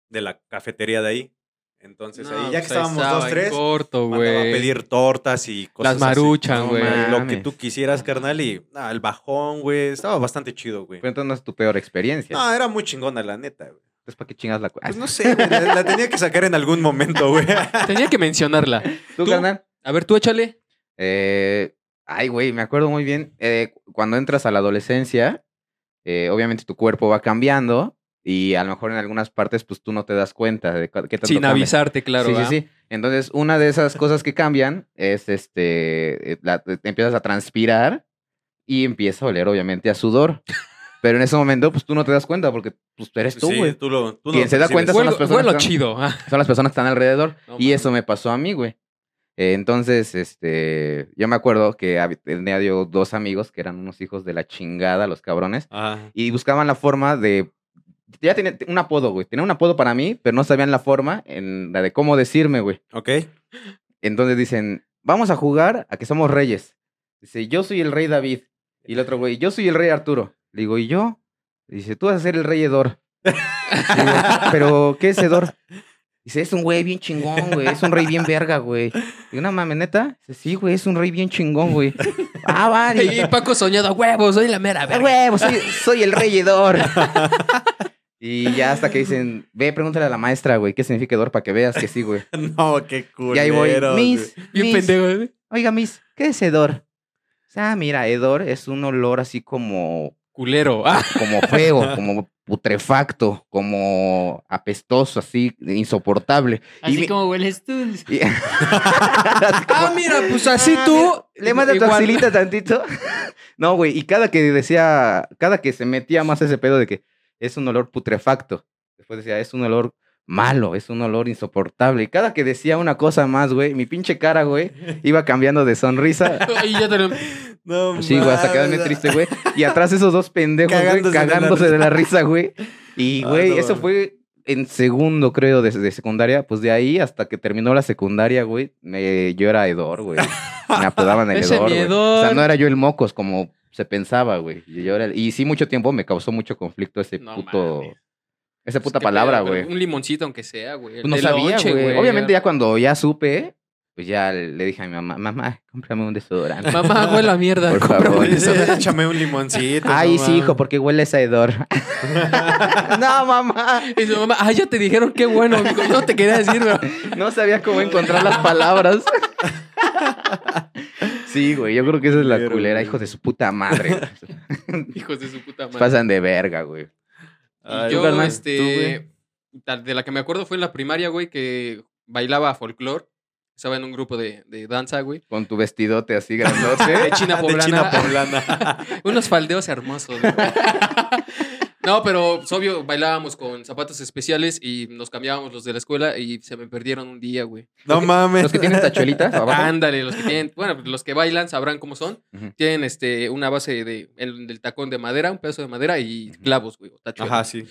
de la cafetería de ahí. Entonces,
No,
ahí, ya que
pues ahí
estábamos
estaba
dos,
en
tres,
corto,
mandaba a
güey.
pedir tortas y cosas
Las
así.
maruchan,
No
güey.
mames.
Lo que tú quisieras, carnal, y ah, el bajón, güey. Estaba bastante chido, güey.
Cuéntanos tu peor experiencia.
No, era muy chingona, la neta, güey.
Entonces, ¿para qué chingas la cu- Ah,
Pues no sé, güey, la, la tenía que sacar en algún momento, güey. Pues,
Tenía que mencionarla.
¿Tú,
tú-
carnal?
A ver, tú échale.
Eh, ay, güey, me acuerdo muy bien. eh, cu- cuando entras a la adolescencia, eh, obviamente tu cuerpo va cambiando y a lo mejor en algunas partes, pues tú no te das cuenta de cu- qué tanto
Sin
cambia.
avisarte, claro.
Sí,
¿va?
sí, sí. Entonces, una de esas cosas que cambian es este. eh, la- te empiezas a transpirar y empieza a oler, obviamente, a sudor. Pero en ese momento, pues tú no te das cuenta porque pues, eres tú,
Sí,
güey.
tú lo, tú no
Quien
lo
se da
percibes.
cuenta son
Huelo,
las personas
huelo
que son-
chido. ah.
son las personas que están alrededor.
No
y
mames.
eso me pasó a mí, güey. Eh, entonces, este, yo me acuerdo que hab- tenía yo dos amigos que eran unos hijos de la chingada, los cabrones,
Ajá.
y buscaban la forma de... Ya tenía un apodo, güey. Tenía un apodo para mí, pero no sabían la forma, en la de cómo decirme, güey.
Ok.
Entonces dicen, vamos a jugar a que somos reyes. Dice, yo soy el rey David. Y el otro, güey, yo soy el rey Arturo. Le digo, ¿y yo? Dice, tú vas a ser el rey Edor. Le digo, Pero, ¿qué es Edor? Dice, es un güey bien chingón, güey. Es un rey bien verga, güey. Y una mame, ¿neta? Dice, sí, güey, es un rey bien chingón, güey. Ah, vale.
Y Paco soñado, huevos, soy la mera
Ah,
verga.
huevo, soy, soy el rey Edor. Y ya hasta que dicen, ve, pregúntale a la maestra, güey, ¿qué significa Edor para que veas que sí, güey?
No, qué culeros.
Y ahí voy,
güey.
Miss,
Bien
miss,
pendejo. ¿eh?
Oiga, Miss, ¿qué es hedor? O sea, mira, hedor es un olor así como,
Culero. Ah,
como feo, como putrefacto, como apestoso, así, insoportable.
Así
mi-
como hueles tú.
Y- así como-
mira, pues
Ah, mira, Le manda tu
Igual.
axilita tantito. no, güey, y cada que decía, cada que se metía más ese pedo de que es un olor putrefacto. Después decía, es un olor malo, es un olor insoportable. Y cada que decía una cosa más, güey, mi pinche cara, güey, iba cambiando de sonrisa
Y ya te lo-
No,
Pues Sí, güey, hasta quedas bien
mames.
triste, güey. Y atrás esos dos pendejos, güey,
Cagándose
cagándose,
de la
de la risa, güey. Y,
Ah,
güey,
no
eso
mames.
fue en segundo, creo, de, de secundaria. Pues de ahí hasta que terminó la secundaria, güey, me- yo era hedor, güey. Me apodaban el
Ese
hedor, güey.
miedor.
O sea, no era yo el mocos como se pensaba, güey. Y Yo era el- Y sí, mucho tiempo me causó mucho conflicto ese
No
puto...
mames.
Esa puta
Qué
palabra,
pedo, pero
güey.
Un limoncito, aunque sea, güey.
Pues no
De
sabía,
lonche,
güey. Obviamente ya cuando ya supe, pues ya le dije a mi mamá, mamá, cómprame un desodorante.
Mamá, huele a mierda.
Por
Cómprame
favor.
un desodorante.
Échame un limoncito.
Ay,
no
sí, hijo,
mames.
porque hueles a hedor. no, mamá.
Y su mamá, ah, ya te dijeron qué bueno, amigo. Yo no te quería decir, pero
No sabía cómo encontrar las palabras. sí, güey, yo creo que esa es la
Culero,
culera,
güey.
hijo de su puta madre.
Hijos de su puta madre.
Pasan de verga, güey.
Y
Ay,
yo,
tú, carnal,
este. tal- De la que me acuerdo fue en la primaria, güey, que bailaba folclore. Estaba en un grupo de, de danza, güey.
Con tu vestidote así grandote.
De China
Ah, De
poblana.
China poblana.
Unos faldeos hermosos. güey. No, pero pues, obvio, bailábamos con zapatos especiales y nos cambiábamos los de la escuela y se me perdieron un día, güey.
no mames.
Los que tienen tachuelitas
Ah,
abajo.
Ándale, los que tienen, bueno, los que bailan sabrán cómo son.
ah. Ujú.
Tienen este una base de el- del tacón de madera, un pedazo de madera y
Ujú.
clavos, güey, o tachuelas.
Ajá, sí.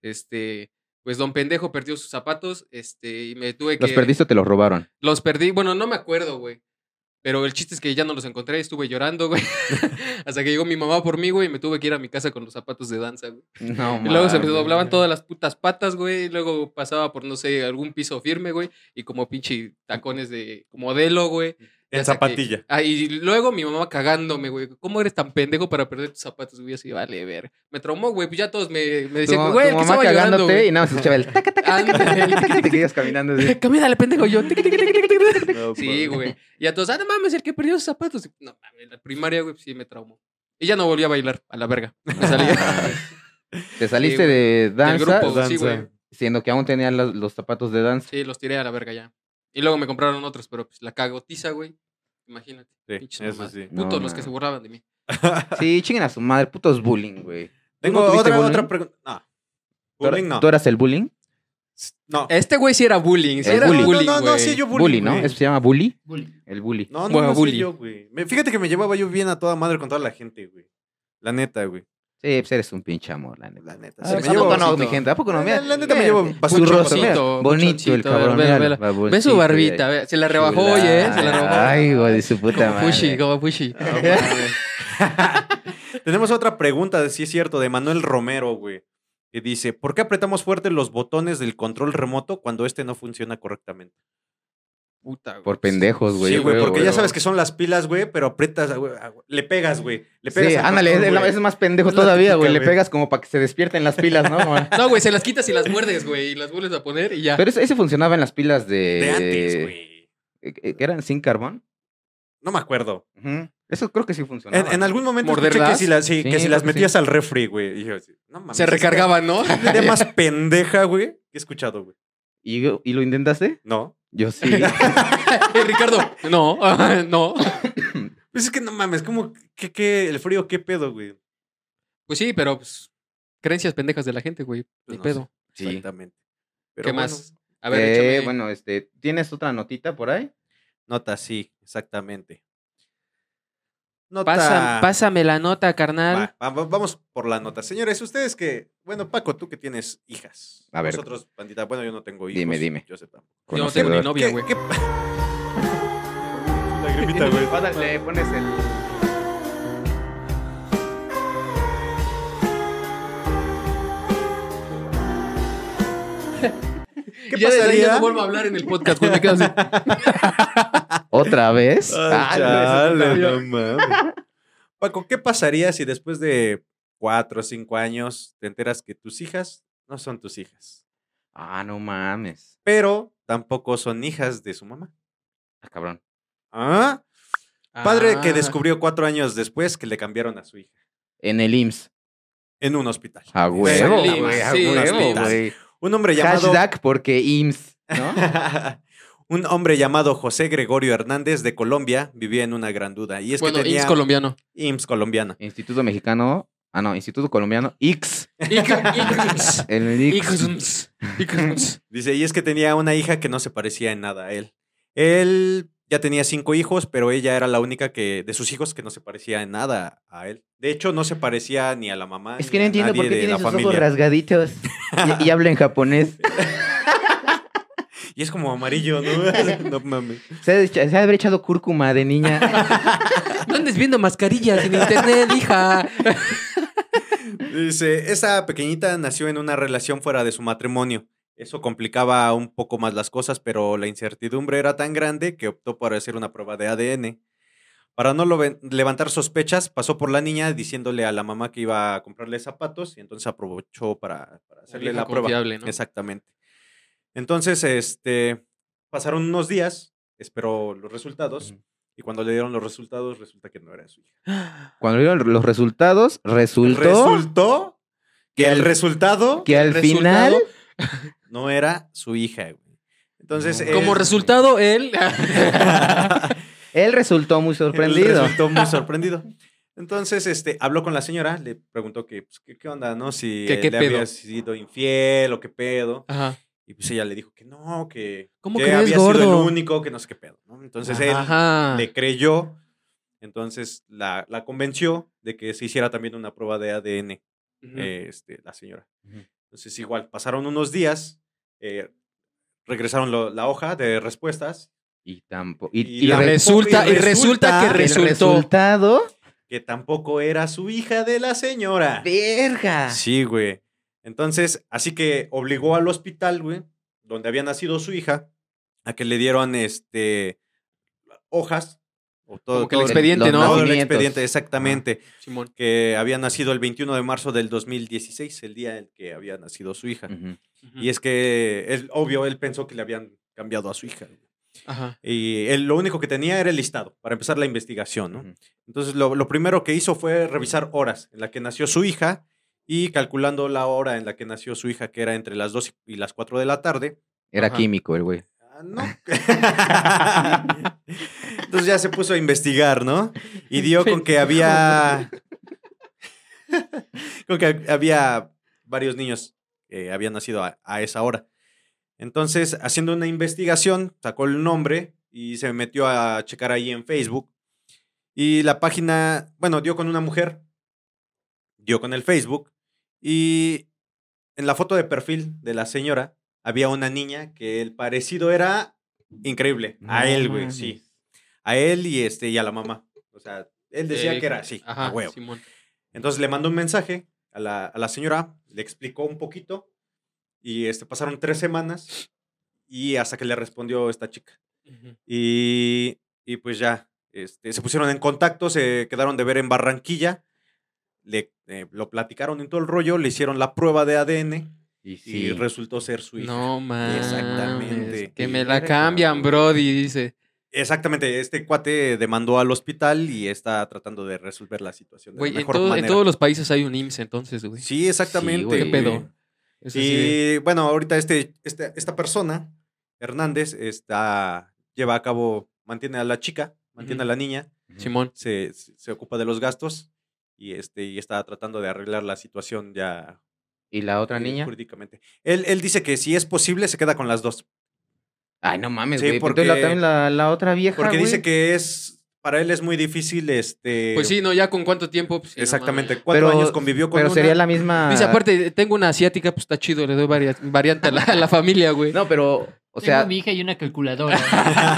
Este, pues don pendejo perdió sus zapatos, este, y me tuve que
¿Los perdiste o te los robaron?
los perdí, bueno, no me acuerdo, güey. Pero el chiste es que ya no los encontré, estuve llorando, güey. Hasta que llegó mi mamá por mí, güey, y me tuve que ir a mi casa con los zapatos de danza, güey.
No,
Y luego se me
mames.
doblaban todas las putas patas, güey. y Luego pasaba por, no sé, algún piso firme, güey. Y como pinche tacones de modelo, güey. Ya
En
saqué.
zapatilla.
Ah, y luego mi mamá cagándome, güey. ¿Cómo eres tan pendejo para perder tus zapatos, güey? Así, vale, ver. Me traumó, güey. Pues ya todos me, me
Tu,
decían,
ma- tu
güey, el que
mamá
estaba llorando,
cagándote
güey.
y nada más escuchaba el taca, taca, taca, taca,
Ándale.
taca, taca, y te ibas caminando. así.
Camínale, pendejo, yo. tic, tic, tic, tic, tic, tic. Sí,
pues,
mames.
güey. Y a todos, ah, no mames, el que perdió sus zapatos. No mames, la primaria, güey, pues sí me traumó. Y ya no volví a bailar, a la verga. Me salí
Te saliste
güey.
de
del
danza,
grupo, sí,
danza.
güey.
siendo que aún tenías los, los zapatos de danza.
Sí, los tiré a la verga ya. Y luego me compraron otros, pero pues la cagotiza, güey. Imagínate.
Sí,
pinches
eso
mamadas.
sí.
No
Putos los que
mames.
se borraban de mí.
Sí, chinguen a su madre, putos bullying, güey.
Tengo
tuviste
otra,
bullying?
otra pregunta. No.
¿Tú,
Bullying no.
tú eras el bullying?
No.
Este güey sí era bullying. Sí
Es
era
bullying.
bullying,
no, no, no,
güey.
sí, yo bullying.
Bully, ¿no?
güey.
¿Eso se llama bully?
Bullying.
El bully.
No, no,
Bueno,
no, sí,
bully.
yo, güey. Me- Fíjate que me llevaba yo bien a toda madre con toda la gente, güey. La neta, güey.
Sí, pues eres un pinche amor, la neta.
La neta.
Ah,
sí,
me
¿A
llevo
poco no,
bastante.
mi gente? ¿A poco no?
La-
Mira,
la neta me llevo
mira,
bastante.
su rostro,
Mucho
mira,
chocito, mucho
Bonito el
chocito,
cabrón.
vela,
mira,
vela.
barboncito,
Ve su
mira.
barbita, ve- se la rebajó
Chulada.
hoy, ¿eh? Se la rebajó.
Ay, güey, de su puta
como Fushi,
madre.
como Fushi.
Ah, Tenemos otra pregunta, de si es cierto, de Manuel Romero, güey. Que dice, ¿por qué apretamos fuerte los botones del control remoto cuando este no funciona correctamente?
Puta, güey.
Por pendejos, güey.
sí,
yo
güey,
creo,
porque
güey.
ya sabes que son las pilas, güey, pero aprietas, güey, ah, güey, le pegas, güey. Le pegas
Sí,
al
ándale,
control,
es,
güey.
es más pendejo
Es la
todavía, güey.
típica,
Le
güey.
pegas como para que se despierten las pilas, ¿no? Como-
No, güey, se las quitas y las muerdes, güey. Y las vuelves a poner y ya.
Pero ese, ese funcionaba en las pilas de.
De antes, güey.
eh, eh, que ¿Eran sin carbón?
No me acuerdo.
Ujú. Eso creo que sí funcionaba.
En, en algún momento escuché que
¿Morderlas?
si, las- sí,
Sí,
que si las
creo que
metías al refri, güey. Y yo así, no mames.
se
es la
recargaban, ¿no?
idea más pendeja, güey, que he escuchado, güey.
¿Y, yo- ¿Y lo intentaste?
No.
Yo sí.
Y Ricardo, no, no.
Pues es que no mames, como que, que el frío, qué pedo, güey.
Pues sí, pero pues, creencias pendejas de la gente, güey. Ni
Pues no sé,
pedo.
Exactamente. Pero
¿Qué
bueno,
más? A ver,
Eh,
échame.
bueno, este, ¿tienes otra notita por ahí?
Nota, sí, exactamente. Nota.
Pasa- pásame la nota, carnal.
Va, va- va- vamos por la nota. Señores, ustedes que. Bueno, Paco, tú que tienes hijas.
A ver.
Nosotros, bandita. Bueno, yo no tengo hijos.
Dime, dime.
Yo sé tampoco.
Yo no tengo ni
Conocedor.
novia, güey.
¿Qué- qué- Lagrimita, güey.
Pásale, pones el.
¿Qué
Ya desde ahí ya
pasaría?
no vuelvo a hablar en el podcast, güey. Me quedo así.
¿Otra vez?
Ay,
Ah, no, eso está
chale, no
bien.
mames. Paco, ¿qué pasaría si después de cuatro o cinco años te enteras que tus hijas no son tus hijas?
Ah, no mames.
Pero tampoco son hijas de su mamá.
Ah, cabrón.
¿Ah? Padre que
Ah.
descubrió cuatro años después que le cambiaron a su hija
En el IMSS.
en un hospital.
A huevo,
Exactamente,
güey. A
sí,
huevo,
hospital.
güey.
Un hombre llamado.
Hashtag porque IMSS, ¿no?
un hombre llamado José Gregorio Hernández de Colombia vivía en una gran duda. Y es
bueno,
que tenía
ins colombiano.
IMSS colombiana.
Instituto Mexicano. Ah, no, Instituto Colombiano. IX.
Ix-
El IX.
Ix- Ix-
Dice, y es que tenía una hija que no se parecía en nada a él. Él ya tenía cinco hijos, pero ella era la única que de sus hijos que no se parecía en nada a él. De hecho, no se parecía ni a la mamá.
Es
ni
que no
a
entiendo
nadie
por qué
de
tiene
la
sus
familia.
ojos rasgaditos y, y habla en japonés.
Y es como amarillo, ¿no? no mames.
Se ha, de echa- se ha de haber echado cúrcuma de niña.
No andes viendo mascarillas en internet, hija.
Dice, esa pequeñita nació en una relación fuera de su matrimonio. Eso complicaba un poco más las cosas, pero la incertidumbre era tan grande que optó por hacer una prueba de ADN. Para no lobe- levantar sospechas, pasó por la niña diciéndole a la mamá que iba a comprarle zapatos y entonces aprovechó para, para hacerle
vieja
la prueba.
confiable, ¿no?
Exactamente. Entonces, este, pasaron unos días, esperó los resultados
Ujú.
y cuando le dieron los resultados resulta que no era su hija.
Cuando vieron los resultados, resultó
Resultó que
que
el
al-
resultado
que al
Resultado,
final
no era su hija, güey. Entonces,
No.
él-
Como resultado, él.
él resultó muy
Él
sorprendido.
resultó muy sorprendido. Entonces, este, habló con la señora, le preguntó que, pues, ¿qué, qué onda, no? Si
¿Qué-
eh,
qué
le
pedo?
había sido infiel o qué pedo.
Ajá.
Y pues ella le dijo que no, que,
¿Cómo
que
crees,
había sido
gordo?
el único, que no sé qué pedo, ¿no? Entonces él
Ajá.
le eh, creyó, entonces la, la convenció de que se hiciera también una prueba de ADN.
Ujú.
eh, este, la señora.
Ujú.
Entonces, igual, pasaron unos días, eh, regresaron lo- la hoja de respuestas,
Y tampoco. Y,
Y
y
Y
la
re-
resulta, y resulta que
el
resultó.
resultado.
que tampoco era su hija de la señora.
Verga.
Sí, güey. Entonces, así que obligó al hospital, güey, donde había nacido su hija, a que le dieron este hojas. O todo,
Como que el
todo-
expediente,
los
¿no?
todo el
nacimientos.
expediente, exactamente.
Simón.
Que había nacido el 21 de marzo del 2016, el día en que había nacido su hija.
Ujú.
Y es que, es obvio, él pensó que le habían cambiado a su hija.
Ajá.
Y él, lo único que tenía era el listado para empezar la investigación, ¿no?
Ujú.
Entonces, lo, lo primero que hizo fue revisar horas en la que nació su hija y calculando la hora en la que nació su hija, que era entre las 2 y las 4 de la tarde.
Era
Ajá.
químico el güey.
Ah, No. Entonces ya se puso a investigar, ¿no? Y dio con que había. con que había varios niños que habían nacido a, a esa hora. Entonces, haciendo una investigación, sacó el nombre y se metió a checar ahí en Facebook. Y la página, bueno, dio con una mujer, dio con el Facebook. Y en la foto de perfil de la señora había una niña que el parecido era increíble. a
No
él, güey,
mames.
sí. A él y, este, y a la mamá. O sea, él decía
Eh,
que era así,
Ajá,
a huevo.
Simón.
Entonces le mandó un mensaje a la, a la señora, le explicó un poquito y este, pasaron tres semanas y hasta que le respondió esta chica.
Ujú.
Y, y pues ya, este, se pusieron en contacto, se quedaron de ver en Barranquilla, le, eh, lo platicaron en todo el rollo, le hicieron la prueba de ADN
Y
y
sí.
resultó ser su hija.
No mames.
Exactamente.
Que me la cambian, Brody, dice.
Exactamente, este cuate demandó al hospital y está tratando de resolver la situación de la
Güey, en,
mejor
todo- en
manera.
todos los países hay un IMSS, E, entonces, güey.
Sí, exactamente.
güey.
¿Qué
Sí.
pedo? Es así de-
Y bueno, ahorita este, este- esta persona, Hernández, está, lleva a cabo, mantiene a la chica, mantiene a la niña,
Ujú.
Simón.
se, se- se ocupa de los gastos y, este, y está tratando de arreglar la situación ya
¿Y la otra
eh,
niña?
jurídicamente. Él, él dice que si es posible, se queda con las dos,
Ay, no mames,
Sí,
güey. porque la,
porque-
también la, la otra vieja,
porque dice
güey.
que es, para él es muy difícil, este...
Pues sí, ¿no? Ya con cuánto tiempo. Pues, sí, no
Exactamente, Ah.
mames.
cuatro
Pero-
años convivió con
Pero
una.
sería la misma...
Dice, aparte, tengo una asiática, pues está chido, le doy varia- variante a la, a la familia, güey.
No, pero, o sea...
Tengo mi hija y una calculadora.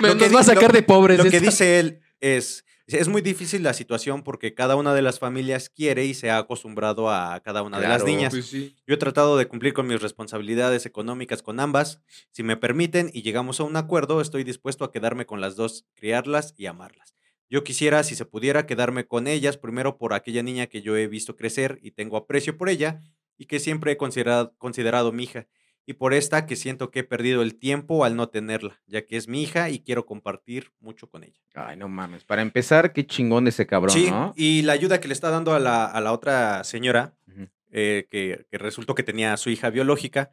Me-
lo que
nos va a
di-
sacar de pobres.
Lo que
esta-
dice él es, dice, es muy difícil la situación porque cada una de las familias quiere y se ha acostumbrado a cada una de las
Claro.
niñas.
Pues sí.
Yo he tratado de cumplir con mis responsabilidades económicas con ambas. Si me permiten y llegamos a un acuerdo, estoy dispuesto a quedarme con las dos, criarlas y amarlas. Yo quisiera, si se pudiera, quedarme con ellas, primero por aquella niña que yo he visto crecer y tengo aprecio por ella y que siempre he considerado, considerado mi hija, y por esta que siento que he perdido el tiempo al no tenerla, ya que es mi hija y quiero compartir mucho con ella.
Ay, no mames. Para empezar, qué chingón ese cabrón,
sí,
¿no?
y la ayuda que le está dando a la, a la otra señora,
Ujú.
eh, que, que resultó que tenía a su hija biológica,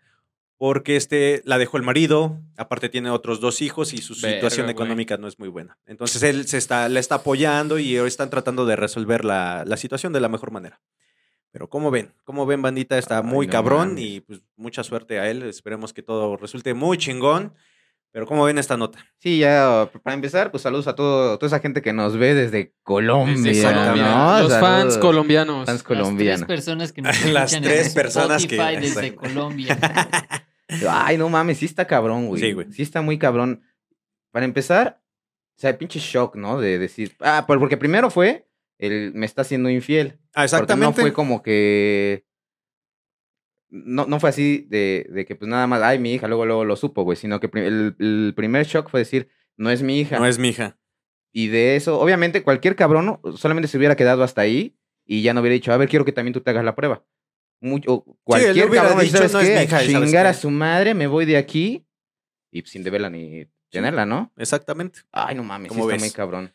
porque este, la dejó el marido, aparte tiene otros dos hijos y su
Verga,
situación
güey.
económica no es muy buena. Entonces él se está, la está apoyando y ahora están tratando de resolver la, la situación de la mejor manera. Pero como ven, como ven, bandita, está
Ay,
muy
no
cabrón
mames.
y pues mucha suerte a él. Esperemos que todo resulte muy chingón. Pero como ven esta nota.
Sí, ya, para empezar, pues saludos a todo, toda esa gente que nos ve desde Colombia,
Desde
Colombia.
¿no?
Los fans
Saludos,
colombianos.
Fans
Las
colombianos.
tres personas que nos
Las
escuchan
tres
desde
personas que-
Spotify desde
Exacto.
Colombia.
Ay, no mames, sí está cabrón, güey.
Sí, güey.
Sí está muy cabrón. Para empezar, o sea, el pinche shock, ¿no? De decir, ah, por- porque primero fue el me está siendo infiel.
Ah,
Porque no
exactamente.
fue como que. No, no fue así de, de que, pues nada más, ay, mi hija, luego, luego lo supo, güey. Sino que pri- el, el primer shock fue decir, no es mi hija.
No es mi hija.
Y de eso, obviamente, cualquier cabrón solamente se hubiera quedado hasta ahí y ya no hubiera dicho, a ver, quiero que también tú te hagas la prueba. Mucho, o cualquier
hubiera
cabrón,
dicho,
¿sabes
"No es
qué?
mi hija",
a
y ¿sabes
chingar
qué?
a su madre, me voy de aquí y pues, sin deberla ni tenerla, ¿no?
Exactamente.
Ay, no mames, sí
¿Cómo
está
ves?
muy cabrón.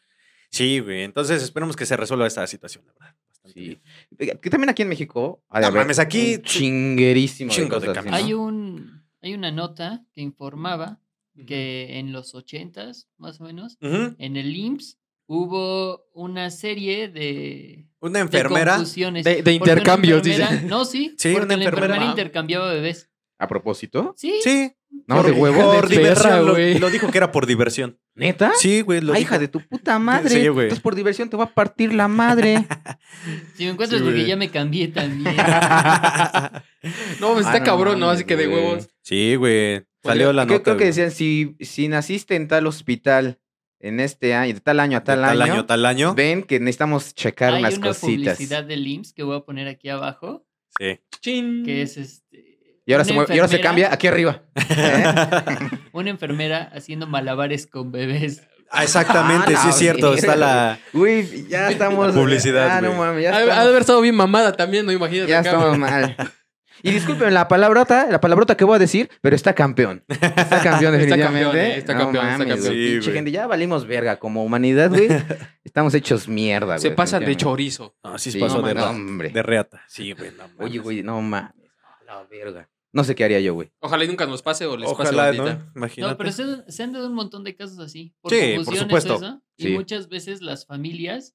Sí, güey. Entonces esperemos que se resuelva esta situación, la verdad. Bastante
Sí. Eh,
bien.
Que también aquí en México, ha de
No
haber
mames, aquí
un chinguerísimo
chingo de
de cosas así,
cambios.
¿no?
Hay un hay una nota que informaba que en los ochentas, más o menos,
Ujú.
en el IMSS hubo una serie de,
Una
de
enfermera.
confusiones.
De, de
Porque una
intercambios, dice.
enfermera- No, sí.
Sí,
porque
una
la enfermera
enfermera.
intercambiaba bebés.
A propósito,
Sí.
Sí.
no de
por-
huevo.
Por
de
diversión.
perra,
lo-
güey.
lo, dijo que era por diversión.
¿Neta?
Sí, güey. Lo
Ay,
dijo.
ah, hija de tu puta madre.
Sí, güey.
Entonces por diversión te va a partir la madre.
Si me encuentras
Sí,
porque
güey.
ya me cambié también.
No, pues, está
Ah, no
cabrón, ¿no?
mames,
Así que de
güey.
huevos.
sí, güey. Salió la
Creo-
nota.
Creo que
güey.
decían, si, si naciste en tal hospital, en este año, de tal año a
De
tal, año,
tal año.
ven que necesitamos checar
Hay
unas
una
cositas.
publicidad del IMSS que voy a poner aquí abajo,
Sí.
Chin.
Mm.
que es este.
Y ahora,
una
se mueve- y ahora se
enfermera-
cambia aquí arriba. ¿Eh?
Una enfermera haciendo malabares con bebés.
Ah, exactamente,
Ah,
sí
la
es cierto.
verga.
Está la.
Uy, ya estamos.
Publicidad,
Ah, no
güey.
mames,
Ha
ya
ha de
estamos,
haber estado bien mamada también, no imagínate.
ya
acá,
estamos mal. Y disculpen la palabrota, la palabrota que voy a decir, pero está campeón. Está campeón,
Está campeón,
definitivamente.
eh, está campeón, está
mames,
campeón.
güey.
Sí,
Pinche
güey.
gente, ya valimos verga como humanidad, güey. Estamos hechos mierda, güey.
Se pasan de
definitivamente.
chorizo.
No, sí,
Sí,
pasó
no
de,
mames,
ra-
hombre.
de reata. Sí, güey, no mames.
Oye, güey, no mames. A La verga. No sé qué haría yo, güey.
Ojalá y nunca nos pase o les
Ojalá,
pase ahorita.
¿no? Imagínate.
No, pero se, se han dado un montón de casos así. Por
Sí, por
confusiones,
supuesto.
eso, y
Sí.
muchas veces las familias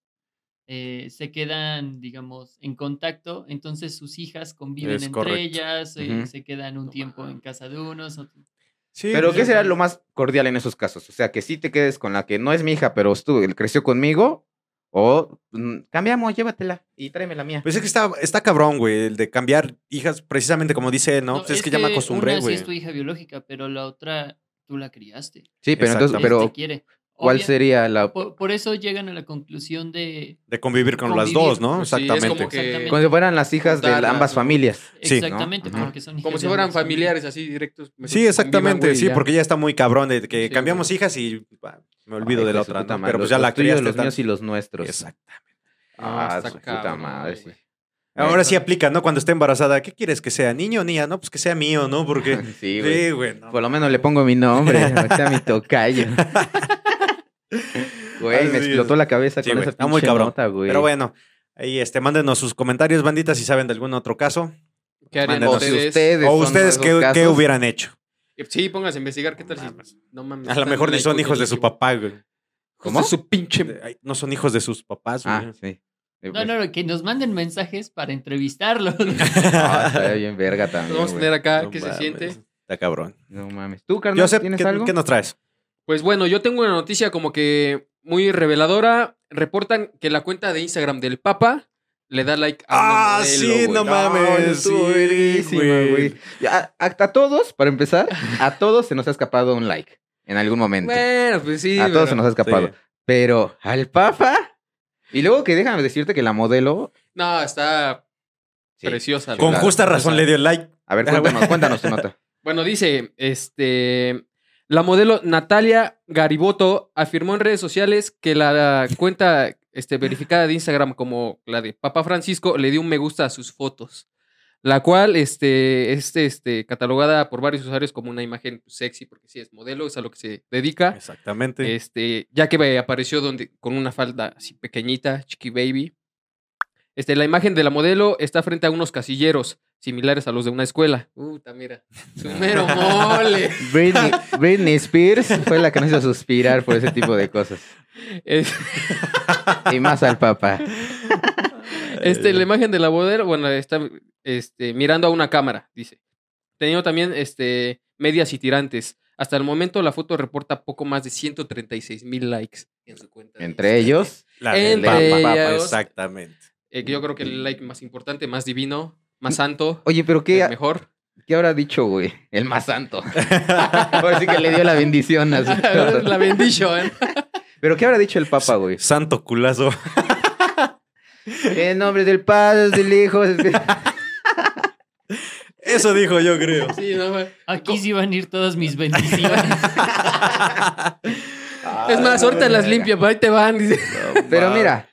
eh, se quedan, digamos, en contacto. Entonces sus hijas conviven
Es
entre
correcto.
ellas, eh,
Ujú.
se quedan un tiempo en casa de unos. otro-
Sí,
Pero,
pues,
¿qué será lo más cordial en esos casos? O sea, que sí te quedes con la que no es mi hija, pero estuvo, él creció conmigo. O mm, cambiamos, llévatela y tráeme la mía.
Pues es que está, está cabrón, güey, el de cambiar hijas, precisamente como dice él, ¿no?
No,
Pues es, que, ya me acostumbré,
una sí
güey.
es tu hija biológica, pero la otra tú la criaste.
sí, pero entonces,
exactamente.
Este
Pues, pero
quiere.
¿cuál
Obvia-
sería la
por, por eso llegan a la conclusión de
De convivir con las
Convivir,
dos, ¿no?
pues sí, es
Exactamente.
como que-
Exactamente.
Como si fueran las hijas de
Juntarlas,
ambas
¿no?
familias.
Sí, ¿no?
exactamente
Ajá.
porque son hijas
Como si
de
fueran
ambas familias.
familiares así directos. mejor
Sí,
convivan,
exactamente,
güey, y
sí,
ya.
porque ya está muy cabrón de que
Sí,
cambiamos hijas y bah, me olvido
Ay,
de la
hijo su
otra,
puta
¿no?
madre,
Pero pues
los-
ya la
los tuyos,
criaste.
los
tan-
míos y los nuestros.
Exactamente.
No,
Ah,
está
su puta
cabrón,
madre, sí.
güey.
Ahora sí aplica, ¿no? Cuando esté embarazada, ¿qué quieres que sea? ¿Niño o niña? No, pues que sea mío, ¿no? Porque.
Sí, güey.
Sí, güey. no.
Por lo menos le pongo mi nombre, o sea, mi tocayo. Güey,
Así
me
es.
explotó la cabeza
Sí,
con
güey,
esa
está muy
pinche
cabrón.
nota, güey.
Pero bueno, ahí este, mándenos sus comentarios, banditas, si saben de algún otro caso.
¿Qué harían
Mándenos.
O si
ustedes?
ustedes
O
son
ustedes,
esos
¿qué, qué
casos,
hubieran hecho?
Sí, pónganse a investigar qué tal si. No mames.
A lo
están
mejor
en
ni
la
son hijos de su
hipoteca.
papá, güey.
Hijos de
¿Cómo?
su pinche
De- ay, No son hijos de sus papás, güey.
Ah, sí. Eh,
No,
pues,
no, no, que nos manden mensajes para entrevistarlos.
ah, estaría bien verga también,
Vamos a
güey.
tener acá
No
qué se
mames,
siente.
Está cabrón.
No mames. ¿Tú, carnal,
Joseph,
tienes
¿qué,
algo?
qué nos traes?
Pues bueno, yo tengo una noticia como que muy reveladora. Reportan que la cuenta de Instagram del Papa le da like
Ah,
a una modelo, güey.
Ah, No, estuvo verguísima, güey. Ya, A, a todos, para empezar, a todos se nos ha escapado un like en algún momento.
Bueno, pues sí.
a todos
pero-
se nos ha escapado.
Sí.
Pero al Papa. Y luego que déjame decirte que la modelo.
No, está
Sí.
preciosa. la
Con
verdad.
justa
O sea,
razón le dio like.
A ver,
Ah,
cuéntanos, cuéntanos tu nota.
Bueno, dice, este, la modelo Natalia Gariboto afirmó en redes sociales que la cuenta este, verificada de Instagram como la de Papa Francisco le dio un me gusta a sus fotos, la cual este, es este, catalogada por varios usuarios como una imagen pues, sexy, porque sí es modelo, es a lo que se dedica,
Exactamente.
este, ya que eh, apareció donde, con una falda así pequeñita, chiqui baby. Este, la imagen de la modelo está frente a unos casilleros similares a los de una escuela. Puta, mira. Su mero mole.
Britney, Britney Spears fue la que nos hizo suspirar por ese tipo de cosas.
Es-
Y más al Papa.
Este,
Eh,
la imagen de la modelo, bueno, está este, mirando a una cámara, dice. Teniendo también este, medias y tirantes. Hasta el momento la foto reporta poco más de 136 mil likes en su cuenta. de
Entre
Instagram.
ellos.
La del
Entre
Papa,
ellos-
Exactamente.
Eh, que yo creo que el like más importante, más divino, más santo,
Oye, pero
el
¿qué,
mejor.
¿qué habrá dicho, güey? El más santo. Ahora sí que le dio la bendición. a su-
la ¿eh? bendición.
Pero ¿qué habrá dicho el Papa, güey?
Pues.
Santo culazo.
En nombre del Padre, del Hijo. del-
Eso dijo yo, creo.
Sí, no, güey.
Aquí sí van a ir todas mis bendiciones.
Ah,
es más, ahorita las limpia, pero ahí te van. dice.
Pero mira,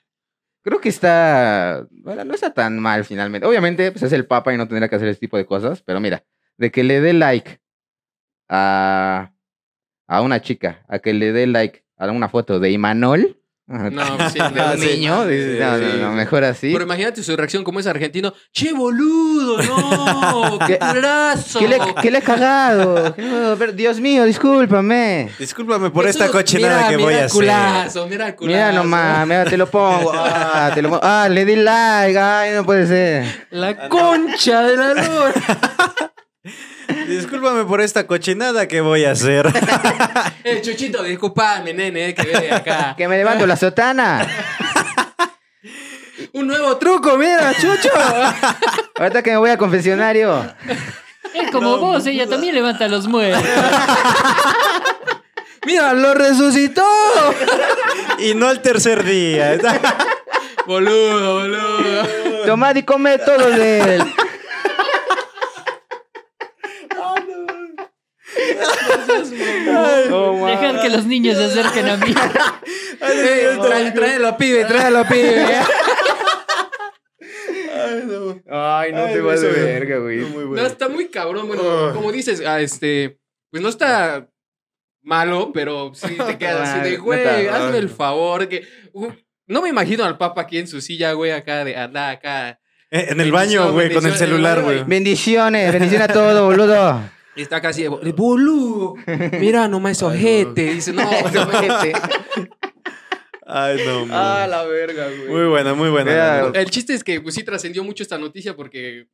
creo que está. Bueno, no está tan mal finalmente. Obviamente, pues es el Papa y no tendría que hacer ese tipo de cosas. Pero mira, de que le dé like a, a una chica, a que le dé like a una foto de Imanol, de
No, pues sí,
Ah,
no,
un
sí.
niño, dices, no, no,
sí,
no,
sí.
mejor así.
Pero imagínate su reacción como es argentino. ¡Che, boludo! ¡No! ¡Qué
¿Qué-
culazo!
¿Qué le, qué le he cagado? ¿Qué no? Pero, Dios mío, discúlpame.
Discúlpame por esta
Eso-
cochinada
mira,
que voy
mira
a
el
hacer.
culazo, Mira el culazo.
Mira nomás, mira, te lo pongo. Ah, te lo pongo. Ah, le di like. Ay, no puede ser.
La concha de la luna.
Discúlpame por esta cochinada que voy a hacer.
Eh, Chuchito, disculpame, nene, eh, que ve acá.
Que me levanto la sotana.
Un nuevo truco, mira, Chucho.
Ahorita que me voy a confesionario.
Es como vos, ella también levanta los muertos.
Mira, lo resucitó.
y no al tercer día.
Boludo, boludo.
Tomad y come todo de él.
Ay,
Oh,
Dejar que los niños se acerquen a mí.
Eh, tra- tráelo, pibe, tráelo, pibe. Ay, no
Ay,
te
güey,
vas de
eso me-
verga, güey.
muy
No, está muy cabrón. Bueno,
Ay.
como dices, ah, este, pues no está malo, pero sí te quedas así de,
Ah,
güey,
neta,
hazme
ah.
el favor. que u- No me imagino al papa aquí en su silla, güey, acá de anda acá.
Eh, En el baño, güey, con el celular, güey.
Bendiciones, bendición a todo, boludo.
Y está casi de, boludo, mira nomás ojete. Dice, no, ojete.
Ay, no,
Ah,
mames.
la verga, güey.
Muy buena, muy buena.
Vea,
la neta.
El chiste es que pues sí trascendió mucho esta noticia porque,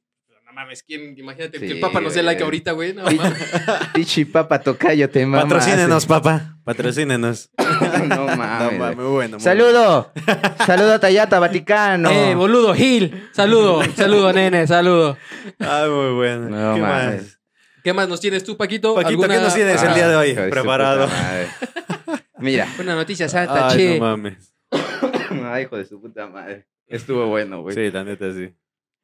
no mames, quién, imagínate que el
Sí,
papa nos dé like
güey.
ahorita, güey, no mames.
Pichi papa tocayo, te mamas.
Patrocínenos, papá. Patrocínenos.
No
No,
mames.
mames, muy bueno. muy
Saludo. Saludo a Tayata, Vaticano.
Eh, boludo, Gil, saludo, saludo, nene, saludo.
bueno. Ah, muy bueno.
No
¿Qué
mames.
más?
¿Qué más nos tienes tú, Paquito? Ah,
Paquito, ¿qué nos tienes el día de hoy?
Ah, hijo su
Preparado.
puta madre. Mira.
Una noticia santa,
Ay,
che.
no mames.
Ay, Ah, hijo de su puta madre. Estuvo bueno, güey.
Sí, la neta, sí.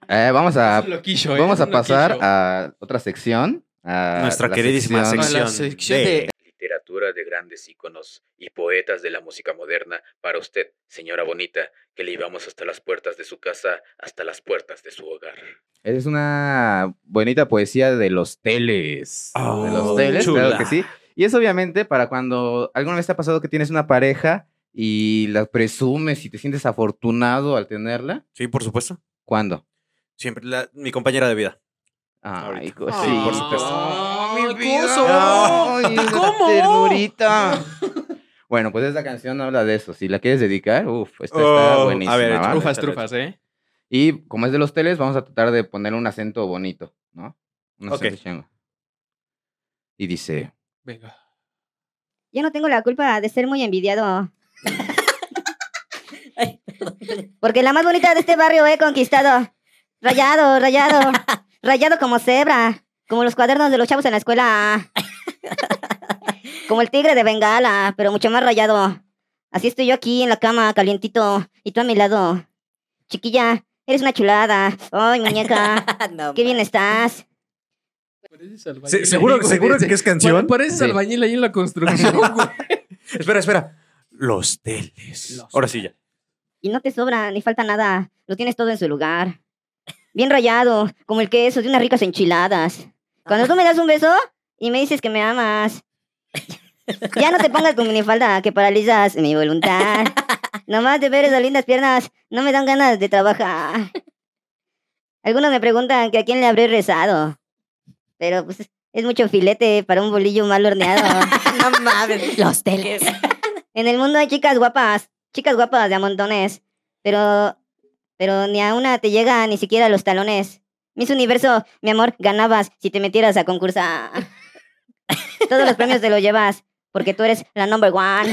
Eh, vamos a,
Es un loquillo, eh,
vamos
es
a
un
pasar
loquillo.
a otra sección. a
Nuestra
la
queridísima
A
sección.
la sección
de-
de-
literatura de grandes íconos y poetas de la música moderna para usted, señora bonita, que le llevamos hasta las puertas de su casa, hasta las puertas de su hogar.
Es una bonita poesía de los teles. de los
Oh,
teles,
chula.
claro que sí. Y es obviamente para cuando alguna vez te ha pasado que tienes una pareja y la presumes y te sientes afortunado al tenerla.
Sí, por supuesto.
¿Cuándo?
Siempre la- mi compañera de vida.
Ay,
Ahorita.
cosita.
Sí, por supuesto.
Ah,
Mi vida.
coso.
Ay, esa
¿Cómo?
Ternurita. Bueno, pues esta canción habla de eso. Si la quieres dedicar, uff, esta está
Oh,
buenísima.
a ver,
¿va?
échale.
Trufas, trufas, ¿eh?
Y como es de los teles, vamos a tratar de poner un acento bonito, ¿no? Un
Ok.
acento chango. Y dice.
Venga.
Yo no tengo la culpa de ser muy envidiado. Porque la más bonita de este barrio he conquistado. Rayado, rayado. Rayado como cebra. Como los cuadernos de los chavos en la escuela. Como el tigre de Bengala, pero mucho más rayado. Así estoy yo aquí en la cama, calientito. Y tú a mi lado. Chiquilla, eres una chulada. Ay, muñeca.
no,
Qué bien estás.
Se- güey, de-
es
Bueno, pareces
Sí.
albañil ahí en la construcción, güey.
Espera, espera. Los teles.
Los
Ahora sí, ya.
Y no te sobra ni falta nada. Lo tienes todo en su lugar. Bien rayado, como el queso de unas ricas enchiladas. Cuando tú me das un beso y me dices que me amas. Ya no te pongas con minifalda que paralizas mi voluntad. Nomás de ver esas lindas piernas no me dan ganas de trabajar. Algunos me preguntan que a quién le habré rezado. Pero pues es mucho filete para un bolillo mal horneado.
no mames. Los teles.
En el mundo hay chicas guapas, chicas guapas de a montones, pero pero ni a una te llega ni siquiera los talones. Miss Universo, mi amor, ganabas si te metieras a concursar. Todos los premios te los llevas porque tú eres la number one.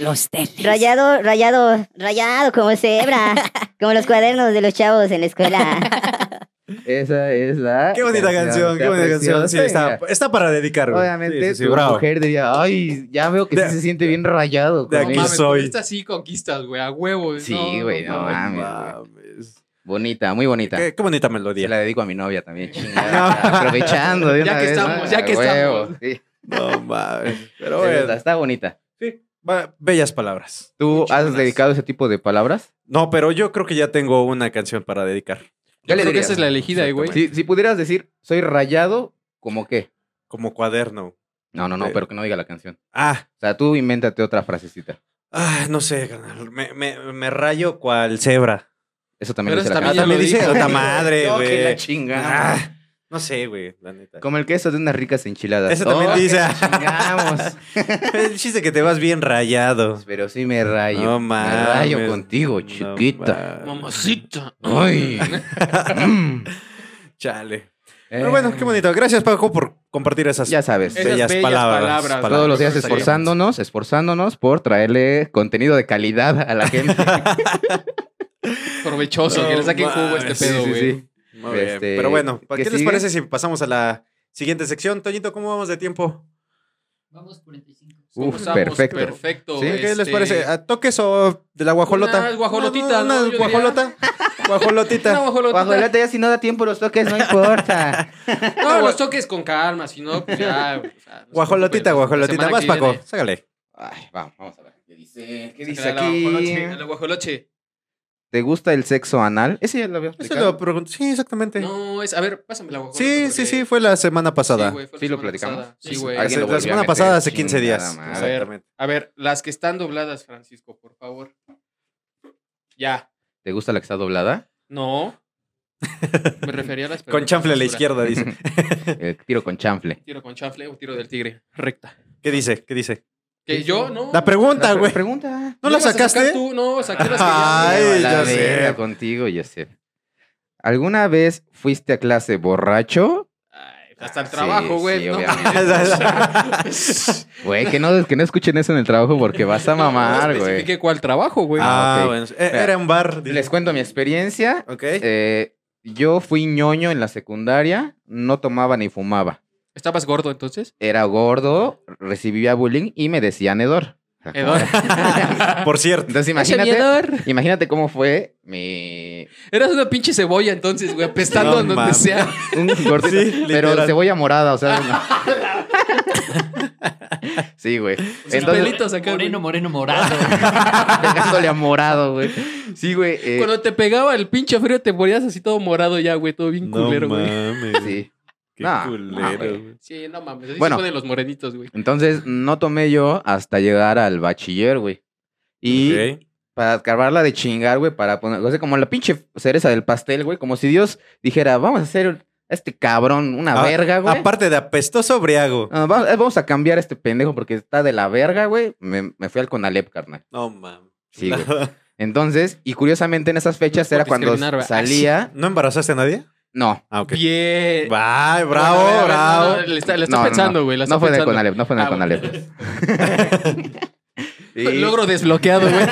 Los teles.
Rayado, rayado, rayado como cebra, como los cuadernos de los chavos en la escuela.
Esa es la.
Qué bonita canción, qué
está
bonita canción. Sí,
preciosa.
está, está para dedicar, güey.
Obviamente,
Sí, sí, sí,
tu
bravo.
mujer diría, ay, ya veo que
De-
sí se siente bien rayado.
de
con
aquí
él".
mames,
soy.
pero Estas sí conquistas, güey, a huevo. ¿eh?
Sí, güey, Pues no mames,
mames.
Bonita, muy bonita.
Qué, qué bonita
Se
melodía.
la dedico a mi novia también, chingada. Aprovechando de
Ya
una
que
vez, ¿no?
estamos, ya
A
que
huevo,
estamos.
sí.
No mames. Pero
Sí,
bueno.
está, está bonita.
Sí, va- bellas palabras.
¿Tú
Muy
has
chingonas.
dedicado ese tipo de palabras?
No, pero yo creo que ya tengo una canción para dedicar.
Yo
¿Qué le
creo que
dirías?
esa es la elegida, eh, güey.
Si, si pudieras decir, soy rayado, ¿como qué?
Como cuaderno.
No, no, no,
Sí.
pero que no diga la canción.
Ah,
O sea, tú invéntate otra frasecita.
ah, no sé, carnal. Me, me, me rayo cual cebra.
Eso también
Pero
dice
eso
la
también
canción.
ya lo
dice
dijo.
otra madre,
No, que
güey.
la chingada.
Ah, no sé, güey, la neta.
Como el queso de unas ricas enchiladas.
Ese también
Oh,
dice.
que chingamos.
El chiste que te vas bien rayado.
Pero sí me rayo.
No
me
mames.
rayo contigo,
No
chiquita.
mames.
Mamacita.
Ay. Mm.
Chale.
Eh,
Pero bueno, qué bonito. Gracias, Paco, por compartir esas
Ya sabes,
Esas
bellas,
bellas
palabras,
palabras.
todos los días
Sí.
esforzándonos, esforzándonos por traerle contenido de calidad a la gente.
Provechoso, que le saquen jugo a este
Sí,
pedo,
sí,
güey.
sí.
Muy bien.
Este,
Pero bueno, ¿pa-
¿qué
¿qué les
sigue?
parece si pasamos a la siguiente sección? Toñito, ¿cómo vamos de tiempo?
Vamos 45.
Uf,
Estamos
perfecto.
Perfecto.
Sí,
¿Qué les
este,
parece? ¿A toques o de la guajolota?
Unas
Una,
guajolotitas, ¿no? Yo
guajolota. Guajolotita.
Una guajolotita.
Guajolota, ya si no da tiempo los toques, no importa.
No, los toques con calma, si no, pues ya. o sea, no
Guajolotita,
se preocupen,
guajolotita.
la semana
Más,
que
Paco.
viene.
Sácale.
Ay, vamos, vamos a ver. ¿Qué dice? ¿Qué dice
Sácala la guajoloche,
aquí?
la guajoloche.
¿Te gusta el sexo anal? Ese ya lo había
Eso
explicado.
lo pregunto. Sí, exactamente.
No, es. A ver, pásame la guajoloche.
sí, sí, sí, fue la semana pasada.
güey, fue la
Sí, lo
semana
platicamos.
pasada. Sí,
Sí,
güey.
Alguien lo
la
volvió a
semana
meter,
pasada, hace 15
chingada
días.
madre.
A ver. A ver, las que están dobladas, Francisco, por favor. Ya.
¿Te gusta la que está doblada?
No. Me refería a las
Con chanfle a la izquierda,
Censura.
dice.
El tiro con chanfle.
Tiro con chanfle o tiro del tigre. Recta.
¿Qué dice? ¿Qué dice?
Que yo, ¿no?
La pregunta,
La pre-
güey.
Pregunta.
¿No la
¿Ya ibas a sacar
sacaste?
tú? No, saqué las que ya-
la
Ay, ya
verga
sé.
Contigo, ya sé. ¿Alguna vez fuiste a clase borracho?
Ay, hasta el
Sí,
trabajo, güey.
sí,
no,
obviamente.
O sea,
Güey, que no, que no escuchen eso en el trabajo porque vas a
no
mamar, güey.
especifiqué cuál trabajo, güey.
Ah,
Ah,
ok.
bueno. Eh, Era un bar. dice.
Les cuento mi experiencia.
Ok.
Eh, yo fui ñoño en la secundaria, no tomaba ni fumaba.
¿Estabas gordo entonces?
Era gordo, recibía bullying y me decían hedor.
Edor.
Por cierto.
Entonces imagínate, imagínate cómo fue mi...
Eras una pinche cebolla entonces, güey, apestando
No
en donde
mames.
sea.
Un gordito,
Sí,
pero
literal.
cebolla morada, o sea... una- sí, güey.
Pues
Entonces,
pelitos acá,
Moreno,
güey.
moreno, morado.
pegándole a morado, güey. Sí, güey. eh,
Cuando te pegaba el pinche frío, te ponías así todo morado ya, güey, todo bien culero, güey.
mames.
sí.
Qué
No, no,
culero,
güey.
güey.
Sí, no mames. Así
Bueno.
se ponen los morenitos, güey.
Entonces, no tomé yo hasta llegar al bachiller, güey. Y
Ok.
para acabarla de chingar, güey, para poner, o sea, como la pinche cereza del pastel, güey, como si Dios dijera, vamos a hacer a este cabrón una
Ah,
verga, güey.
Aparte de apestoso briago.
Ah, va- eh, vamos a cambiar a este pendejo porque está de la verga, güey. Me, me fui al Conalep, carnal.
No mames.
Sí, güey. Entonces, y curiosamente en esas fechas
No es
era
por
cuando
discriminar, güey. Ah,
salía.
¿No embarazaste a nadie?
No,
Ah, ok.
Bien.
Ay,
Bueno, a
bravo,
ver, a ver,
bravo.
no, no, le está, le está
No, no, no.
pensando, güey. la está
no fue en el
pensando.
Conalep, no fue en el
Ah,
Conalep. Sí,
Logro desbloqueado, güey.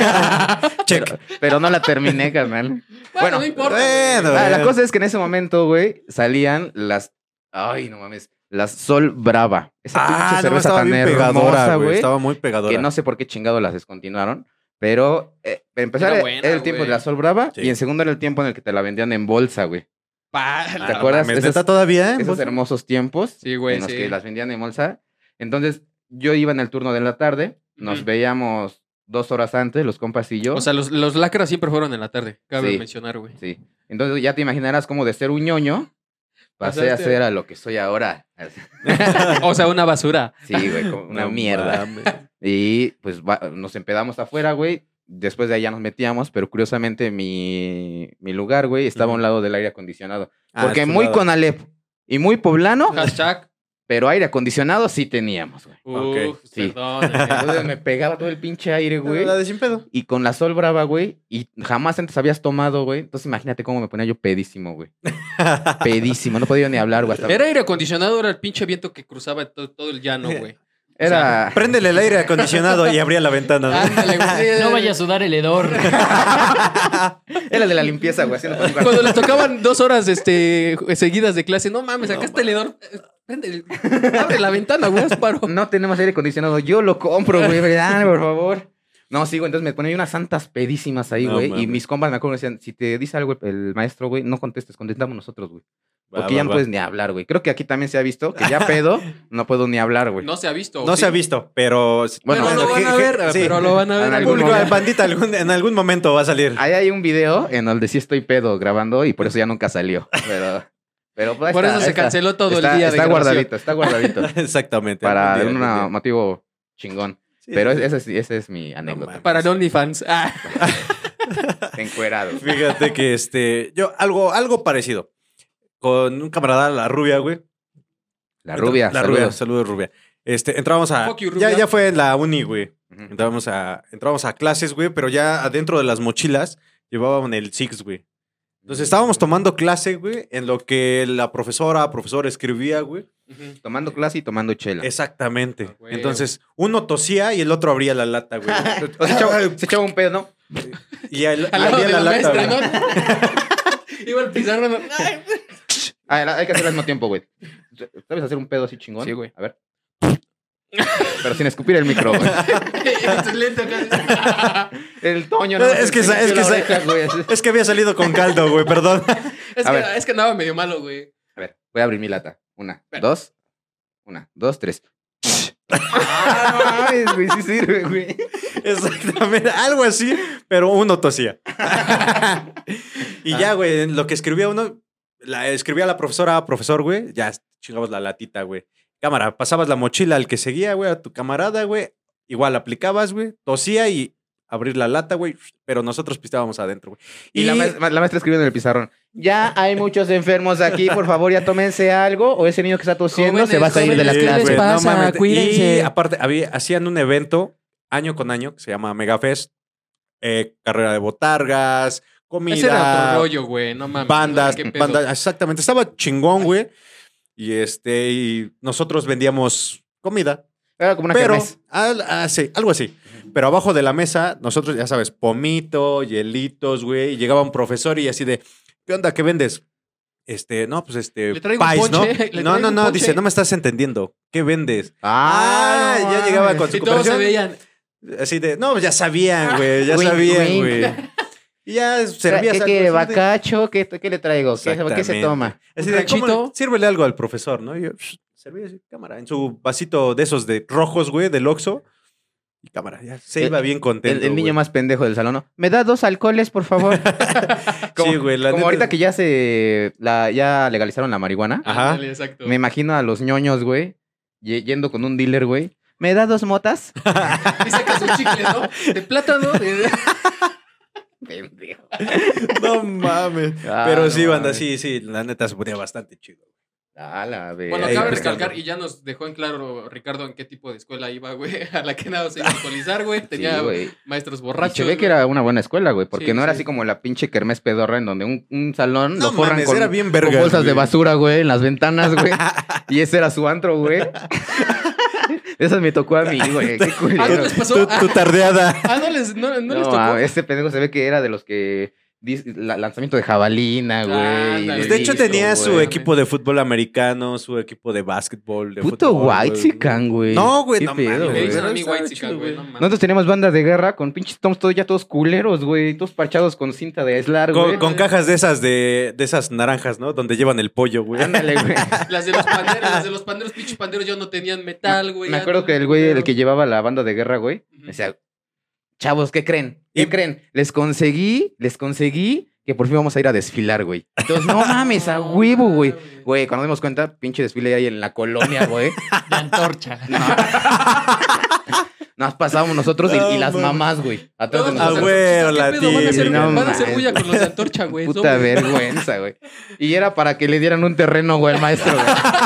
Check.
Pero no la terminé, carnal.
bueno, no importa. güey.
Bueno,
Ah, la
bueno.
cosa es que en ese momento, güey, salían las. Ay, no mames. Las Sol Brava. Esa
Ah,
pinche
no,
cerveza
estaba
tan
bien
hermosa,
pegadora, güey.
güey.
Estaba muy pegadora.
Que no sé por qué chingado las descontinuaron. Pero eh, para empezar,
Era
era
buena,
el tiempo
güey.
de la Sol Brava.
Sí.
Y en segundo era el tiempo en el que te la vendían en bolsa, güey.
Pa-
¿Te acuerdas?
Ah, mames,
Esas-
¿neta todavía?
Esos
Vos-
hermosos tiempos
Sí, güey,
en los
sí.
que las vendían en bolsa. Entonces, yo iba en el turno de la tarde. Nos
Ujú.
veíamos dos horas antes, los compas y yo.
O sea, los, los lacras siempre fueron en la tarde. Cabe
Sí.
mencionar, güey.
Sí. Entonces ya te imaginarás como de ser un ñoño, pasé a
Pasaste-
ser a lo que soy ahora.
O sea, una basura.
Sí, güey, como una
No
mierda.
mames.
Y pues va- nos empedamos afuera, güey. Después de ahí ya nos metíamos, pero curiosamente mi, mi lugar, güey, estaba a un
Ujú.
lado del aire acondicionado.
Ah,
Porque
chulada.
muy con Alep y muy poblano,
Hashtag.
pero aire acondicionado sí teníamos, güey.
Uf,
Ok,
sí.
perdón. eh. güey.
Entonces me pegaba todo el pinche aire, güey.
La de sin pedo.
Y con la sol brava, güey. Y jamás antes habías tomado, güey. Entonces imagínate cómo me ponía yo pedísimo, güey. pedísimo. No podía ni hablar, güey. hasta-
Era aire acondicionado, era el pinche viento que cruzaba to- todo, el llano, güey.
Era.
Préndele el aire acondicionado y abría la ventana.
Ah,
¿no?
Ándale, güey.
No vaya a sudar el hedor.
Era de la limpieza, güey. haciendo con-
Cuando les tocaban dos horas este, seguidas de clase, no mames, acá está el hedor. Prende el- Abre la ventana, güey, haz paro.
No tenemos aire acondicionado. Yo lo compro, güey. ¿Verdad? Por favor. No, sí, güey. Entonces me ponían unas santas pedísimas ahí,
No
güey. y
mames.
mis compas me acuerdo que decían: si te dice algo el maestro, güey, no contestes, contestamos nosotros, güey.
Va,
Porque ya pues,
va,
no
va.
puedes ni hablar, güey. Creo que aquí también se ha visto que ya pedo, no puedo ni hablar, güey.
No se ha visto.
No
¿sí?
se ha visto, pero.
Bueno,
pero lo
je-
van a
je-
ver,
sí.
pero lo van a ver.
En
El
algún
público
algún
momento.
de bandita algún- en algún momento va a salir.
Ahí hay un video en donde sí estoy pedo grabando y por eso ya nunca salió. Pero, pero pues, ahí
Por
está,
eso se
ahí está.
canceló todo
Está-
el día
Está
de
guardadito, está guardadito.
Exactamente.
para
algún
un
día, algún día.
motivo chingón.
Sí,
Pero
sí, sí.
ese, es- ese es mi anécdota.
mames.
Para el OnlyFans. Ah,
Encuerado.
Fíjate que este. Yo, algo, algo parecido. Con un camarada, la rubia, güey.
La rubia.
La
saludos.
rubia, saludos, rubia. Este, entrábamos a.
Fuck you,
ya,
rubia.
ya fue en la uni, güey.
Ujú.
Entrábamos a, entrábamos a clases, güey, pero ya adentro de las mochilas llevaban el Six, güey. Entonces estábamos tomando clase, güey, en lo que la profesora, profesor escribía, güey.
Ujú.
Tomando clase y tomando chela.
Exactamente.
Ah, güey.
Entonces, uno tosía y el otro abría la lata, güey.
O se echaba, se echaba un pedo, ¿no?
Y el-
Al lado
abría
de
la
la
lata.
maestra,
güey.
¿no? Iba el pizarrón. ay,
Ah, era- hay que hacerlo al mismo tiempo, güey. ¿Sabes hacer un pedo así chingón?
Sí, güey.
A ver. Pero sin escupir el micro, güey.
Excelente. casi.
El Toño no.
Es que esa- es que esa- Es que había salido con caldo, güey, perdón.
Es
A
que,
ver.
es que andaba medio malo, güey.
A ver, voy a abrir mi lata. Una, dos. Una, dos, tres. Ah, no mames, güey, sí sirve, güey.
Exactamente, algo así, pero uno tosía. y
Ah.
ya, güey, en lo que escribía uno, la, escribía la profesora, "Ah, profesor, güey, ya chingabas la latita, güey. Cámara, pasabas la mochila al que seguía, güey, a tu camarada, güey. Igual aplicabas, güey, tosía y abrir la lata, güey, pero nosotros pistábamos adentro, güey.
Y, la, maes- la maestra escribió en el pizarrón. Ya hay muchos enfermos aquí, por favor, ya tómense algo o ese niño que está tosiendo se va a salir de la
Sí,
clase.
güey, no
pasa?
mames. Y
Cuídense.
aparte, había- hacían un evento año con año que se llama Megafest. eh, carrera de botargas, comida.
Ese era otro rollo, güey. No mames.
bandas,
Ah, ¿qué pedo?
bandas, exactamente. Estaba chingón, güey. Y este, y nosotros vendíamos comida,
Era como una
pero
kermés.
al- ah, sí, algo así. Pero abajo de la mesa, nosotros, ya sabes, pomito, hielitos, güey. Y llegaba un profesor y así de, ¿qué onda? ¿Qué vendes? Este, no, pues este,
Le traigo un
pais, ¿no?
ponche, le
No,
traigo
no,
un
no,
ponche.
dice, no me estás entendiendo. ¿Qué vendes?
Ah,
Ah,
no
ya
mames.
llegaba con-
Y todos se veían.
Así de, no, ya sabían, güey, ya
Wink,
sabían,
wink.
güey. Y ya servías
¿Qué
algo
quiere?
así de-
¿Bacacho? ¿Qué, qué le traigo? ¿Qué, qué se
Exactamente.
toma?
Así
Un
de, ¿cómo le-
ranchito.
sírvele algo al profesor, ¿no? Y yo, "Shh, serví así, cámara, en su vasito de esos de rojos, güey, del Oxxo. Y cámara, ya se
El-
iba bien contento.
El, el niño
güey.
más pendejo del salón, ¿no? ¿Me da dos alcoholes, por favor? como,
Sí, güey, la
como
neta-
ahorita que ya se la, ya legalizaron la marihuana,
Ajá.
Ándale, exacto.
me imagino a los ñoños, güey, ye- yendo con un dealer, güey. ¿Me da dos motas?
Y sacas sus chicles, ¿no? De plátano. de-
Pendejo.
No mames.
Ah,
Pero
no
sí, banda,
mames.
sí, sí, la neta se ponía bastante chido.
A la verga.
Bueno,
ahí
acaba de
va
recalcar y ya nos dejó en claro, Ricardo, en qué tipo de escuela iba, güey. A la que nada se iba a alcoholizar, güey.
Sí,
Tenía
güey.
maestros
Y
borrachos.
se ve que
güey.
era una buena escuela, güey, porque
Sí,
no era
sí.
así como la pinche kermés pedorra en donde un, un salón
No
lo forran
mames,
con,
era bien
con
vergas,
bolsas de
güey.
basura, güey, en las ventanas, güey. y ese era su antro, güey. Esas me tocó a mí, güey. Qué
Ah, ¿no
culero.
les pasó?
Tu, tu tardeada.
Ah, no les, no, no
No,
les tocó.
mames, ese pendejo se ve que era de los que dis- la- lanzamiento de jabalina, güey. y
ándale.
de
Pues, de hecho,
disco,
tenía su
güey.
equipo de fútbol americano, su equipo de básquetbol. De
Puto
fútbol,
white chican, güey.
No, güey,
Qué
no
pedo,
mames.
Me
güey.
dicen a mí
Estaba
white
chido,
güey.
güey.
No mames.
Nosotros teníamos bandas de guerra con pinches toms todos ya todos culeros, güey. Todos parchados con cinta de aislar,
Con,
güey.
con cajas de esas, de, de esas naranjas, ¿no? Donde llevan el pollo, güey.
Ándale, güey.
Las de los panderos, las de los panderos, pinches panderos ya no tenían metal, güey.
Me
ya
acuerdo
todo
que el güey, el que
culero.
llevaba la banda de guerra, güey,
Ujú.
me decía, chavos, ¿qué creen? ¿Qué
Y-
creen? Les conseguí, les conseguí que por fin vamos a ir a desfilar, güey. Entonces, no mames, a huevo, güey. Güey, cuando nos dimos cuenta, pinche desfile ahí en la colonia, güey.
De antorcha.
Nos pasábamos nosotros y,
No
y las
mames.
mamás, güey. Atrás de
Todos
Ah,
los
nosotros.
güey,
antorchistas,
la
¿qué pedo? Van a hacer-
tía.
Van a
No
hacer bulla
mames.
con los de antorcha, güey.
Puta
sobre.
vergüenza, güey. Y era para que le dieran un terreno, güey, al maestro, güey.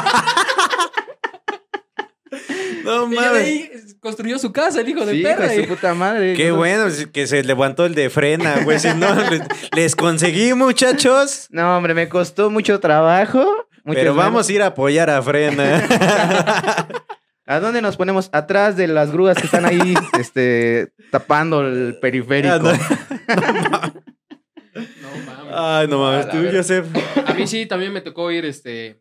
No
Y ya de
mames.
ahí construyó su casa, el hijo de
Sí,
perra.
güey,
güey.
su puta madre.
eh. Qué
Entonces,
bueno es que se levantó el de frena, güey. Si no, les, les conseguí, muchachos.
No, hombre, me costó mucho trabajo. muchas
pero
ganas.
vamos a ir a apoyar a frena.
¿A dónde nos ponemos? Atrás de las grúas que están ahí, este, tapando el periférico.
Ah, no.
No mames.
Ah.
Ay, no mames,
A
Ah,
la
tú,
verga.
Joseph.
A mí sí también me tocó ir este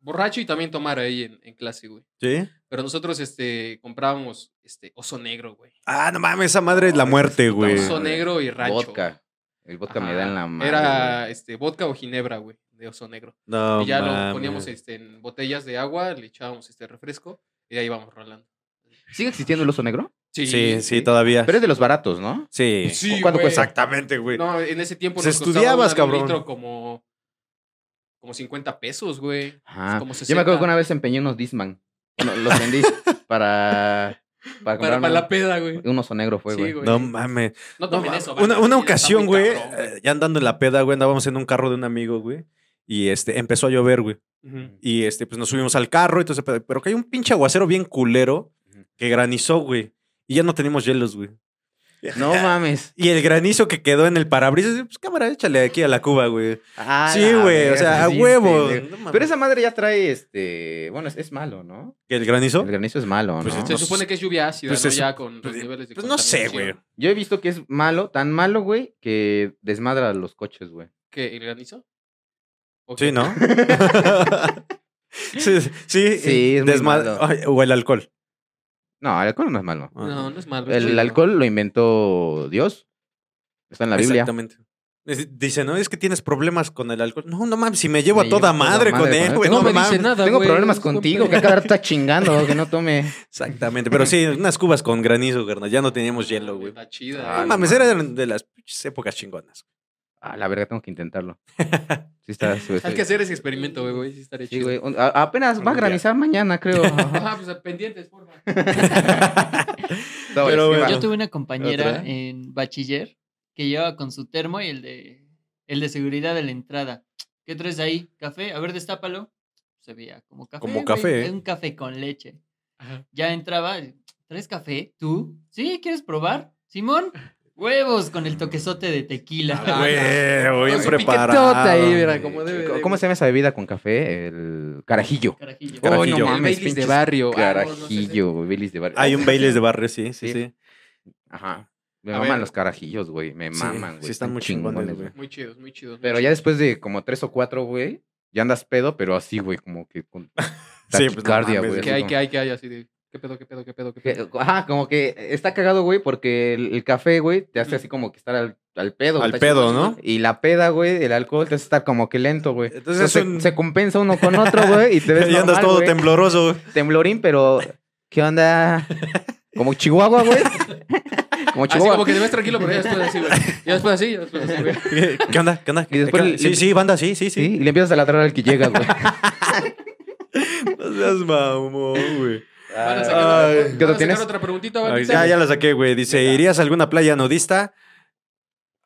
borracho y también tomar ahí en, en clase, güey.
¿Sí?
Pero nosotros este comprábamos este oso negro, güey.
Ah, no mames, esa madre es la muerte, güey.
Oso negro y rancho.
Vodka. El vodka me da en la mano.
Era este vodka o ginebra, güey, de oso negro.
No,
y ya
mames.
lo poníamos este, en botellas de agua, le echábamos este refresco y ahí íbamos rolando.
¿Sigue existiendo el oso negro?
Sí, pues
Sí, sí, todavía.
Pero es de los baratos, ¿no?
Sí.
Sí,
¿Cuánto
güey.
cuesta?
Exactamente, güey.
No, en ese tiempo
Se
nos costaba
estudiabas,
una de un
cabrón.
litro como como 50 pesos, güey.
Ajá.
Como
Yo me acuerdo
60.
que una vez empeñé unos Disman. Bueno, los vendí para. Para,
Para,
comprarme
para la peda, güey.
un oso negro fue,
Sí,
güey.
güey.
No mames.
No
No
tomen
mames.
eso.
una,
banda,
una
sí, está
ocasión,
muy
güey,
cabrón,
eh, ya andando en la peda, güey, andábamos en un carro de un amigo, güey. Y este, empezó a llover, güey.
Ujú.
Y este, pues nos subimos al carro y todo ese pedo. Pero que hay un pinche aguacero bien culero que granizó, güey. Y ya no tenemos hielos, güey.
No mames.
Y el granizo que quedó en el parabrisas, pues cámara, échale aquí a la cuba, güey.
A
Ah, sí,
la
güey, o
verga, pues,
sea, a
sí,
huevo.
pendejo.
No mames.
Pero esa madre ya trae este. Bueno, es, es malo, ¿no?
¿Que ¿El granizo?
El granizo es malo, ¿no?
Pues
Se
No,
supone que este es lluvia ácida,
pues
¿no?
se
ya con los
pues,
niveles de
pues no sé, güey.
contaminación
Yo he visto que es malo, tan malo, güey, que desmadra los coches, güey.
¿Qué? ¿El granizo? ¿O
Sí,
qué?
¿no? sí, sí.
Sí, es muy
desma-
malo.
Ay, O el alcohol.
No, el alcohol no es malo.
Ah,
Pues No, no es malo.
El alcohol lo inventó Dios. Está en la Biblia.
Exactamente. Es- Dice, no, es que tienes problemas con el alcohol. No, no mames, si me llevo
Me
a toda
llevo a toda
madre con
madre con
él,
él.
güey.
No
No,
me dice
mames.
nada,
Tengo
güey,
problemas
es
contigo, que
completo.
a cada rato está chingando, que no tome.
Exactamente, pero sí, unas cubas con granizo, carnal. Ya no teníamos hielo, güey.
Está chida.
Ah,
No
no
mames, era de las pinches épocas chingonas.
Ah, la verga, tengo que intentarlo. Sí, está. sí,
Hay que hacer ese experimento, güey, güey. Sí, estaría
sí,
chido.
güey. Un- a- apenas va a
Ya.
granizar mañana, creo. Ajá.
Ajá, pues pendientes, porfa.
Ah,
Sobre,
Pero
sí,
bueno.
va.
Yo tuve una
¿Otra?
compañera en bachiller que llevaba con su termo y el de, el de seguridad de la entrada. ¿Qué traes ahí? ¿Café? A ver, destápalo. Se veía como café.
Como
güey,
café. ¿eh?
es Un café con leche.
Ajá.
Ya entraba. ¿Traes café? ¿Tú? ¿Sí? ¿Quieres probar? ¿Simón? Huevos con el toquezote de tequila.
Ah, güey.
Güey, bien
Su
preparado.
piquetota ahí, mira,
Eh,
como debe. de,
¿Cómo,
güey.
se llama esa bebida con café? El carajillo.
Carajillo.
Oh,
Carajillo,
no
el
mames,
Baileys de
pinches
barrio. Ah, no, no sé,
Carajillo, güey, Baileys de barrio.
Hay un Baileys de barrio, sí,
Sí.
sí, sí.
Ajá. Me
A
maman
ver.
los carajillos, güey. Me
Sí,
maman, güey.
sí están muy chingones, güey.
Muy chidos, muy chidos.
Pero ya después de como tres o cuatro, güey, ya andas pedo, pero así, güey, como que con
Sí, pues, no
taquicardia,
mames,
güey.
Que
así
hay,
como-
que hay, que hay, así de. ¿Qué pedo, qué pedo, qué pedo, qué
que- eh,
pedo?
Ajá, como que está cagado, güey, porque el, el café, güey, te hace
Ujú.
así como que estar al, al pedo.
Mm. Al
está
pedo,
chido.
¿no?
Y la peda, güey, el alcohol te hace estar como que lento, güey.
Entonces
Entonces,
es
se,
un-
se compensa uno con otro, güey, y te ves
Y andas
normal,
todo
güey.
tembloroso.
temblorín, pero ¿qué onda? Como Chihuahua, güey. Como
Así
Chihuahua.
como que te ves tranquilo, pero ya después así, güey. Ya después así, ya después así, güey.
¿Qué qué onda? ¿Qué onda?
Y después
¿Qué-
le-
Sí, sí, banda, sí, sí,
Sí,
sí.
y le empiezas a ladrar al que llega, güey.
No seas mamón, güey.
Van a
Ah,
sacar,
ay.
van a
¿Qué lo
sacar
tienes?
otra preguntita,
Ay,
bandita.
Ah, Ya, ya la saqué, güey. Dice, ¿irías a alguna playa nudista?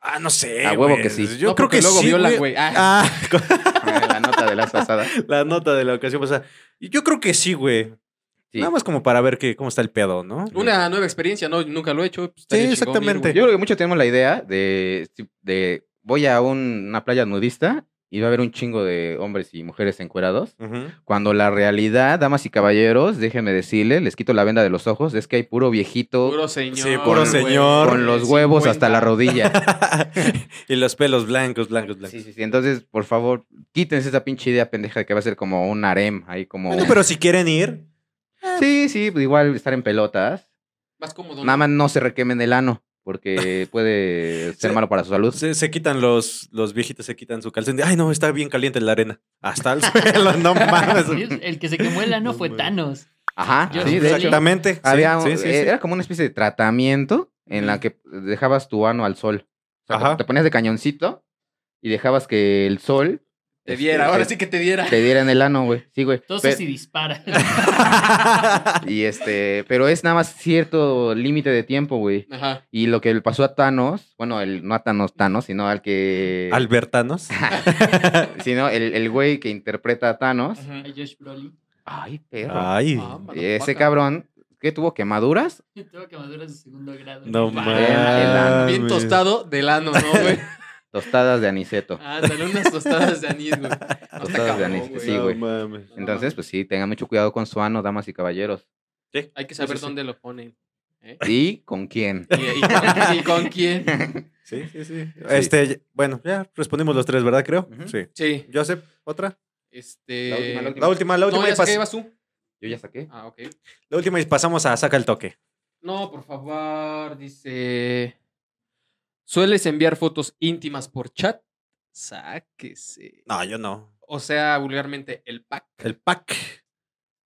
Ah, no sé.
A huevo
güey.
que sí.
Yo
No,
creo
porque
que
luego
sí.
violan, güey. Ah.
Ah, con-
La nota de las pasadas.
la nota de la ocasión pasada. Yo creo que sí, güey.
Sí.
Nada más como para ver que, cómo está el pedo, ¿no?
Una nueva experiencia, no, nunca lo he hecho. pues, estaría
Sí,
chingón
exactamente.
ir, güey.
Yo creo que muchos tenemos la idea de, de voy a un- una playa nudista y va a haber un chingo de hombres y mujeres encuerados.
Ujú.
Cuando la realidad, damas y caballeros, déjenme decirle, les quito la venda de los ojos, es que hay puro viejito
Puro señor.
Sí, puro
güey.
señor.
con los huevos hasta la rodilla.
y los pelos blancos, blancos, blancos.
Sí, sí, sí. Entonces, por favor, quítense esa pinche idea pendeja de que va a ser como un harem, ahí como...
Bueno, pero si quieren ir,
Sí, sí, pues igual estar en pelotas.
Más cómodo.
Nada más no se requemen el ano, porque puede ser
Sí.
malo para su salud.
se, se quitan los, los viejitos, se quitan su calzón. Ay, no, está bien caliente la arena. Hasta el suelo, no mames.
El que se quemó el ano fue Thanos.
Ajá,
Yo-
sí, de hecho.
Exactamente. Sí,
Había,
sí, sí, sí.
eh, Era como una especie de tratamiento en la que dejabas tu ano al sol. O sea,
Ajá.
Te ponías de cañoncito y dejabas que el sol
Te diera,
este,
ahora
te-
sí que te diera.
te diera en el ano, güey. Sí, güey.
Entonces
Pe-
sí dispara.
Y este, pero es nada más cierto límite de tiempo, güey.
Ajá.
Y lo que le pasó a Thanos, bueno, el, no a Thanos, Thanos, sino al que.
Albertanos.
sino el, el güey que interpreta a Thanos.
Ajá.
A Josh Broly.
Ay, perro.
Ay.
Ah, mano,
Ese
vaca.
cabrón, ¿qué tuvo quemaduras?
Tengo quemaduras de segundo grado.
No
Ah,
mames.
Bien tostado del ano, ¿no, güey?
Tostadas de aniceto.
Ah, salió unas tostadas de anís, güey. No está
Tostadas de
cabrón,
anís,
güey.
sí,
No
güey.
mames.
Entonces, pues sí, tengan mucho cuidado con su ano, damas y caballeros.
Hay que saber
Sí, sí, sí.
dónde lo ponen.
¿Y con quién?
Y, y con, y con quién.
Sí, sí, sí. Este, bueno, ya respondimos los tres, ¿verdad? Creo.
Ujú.
Sí.
Sí.
Joseph, otra.
Este.
La última, la última.
La última, la última.
No,
y
ya sé
pas-
que ibas tú.
Yo ya saqué.
Ah, ok.
La última y pasamos a saca el toque.
No, por favor, dice. ¿Sueles enviar fotos íntimas por chat? Sáquese.
No, yo no.
O sea, vulgarmente, el pack.
El pack.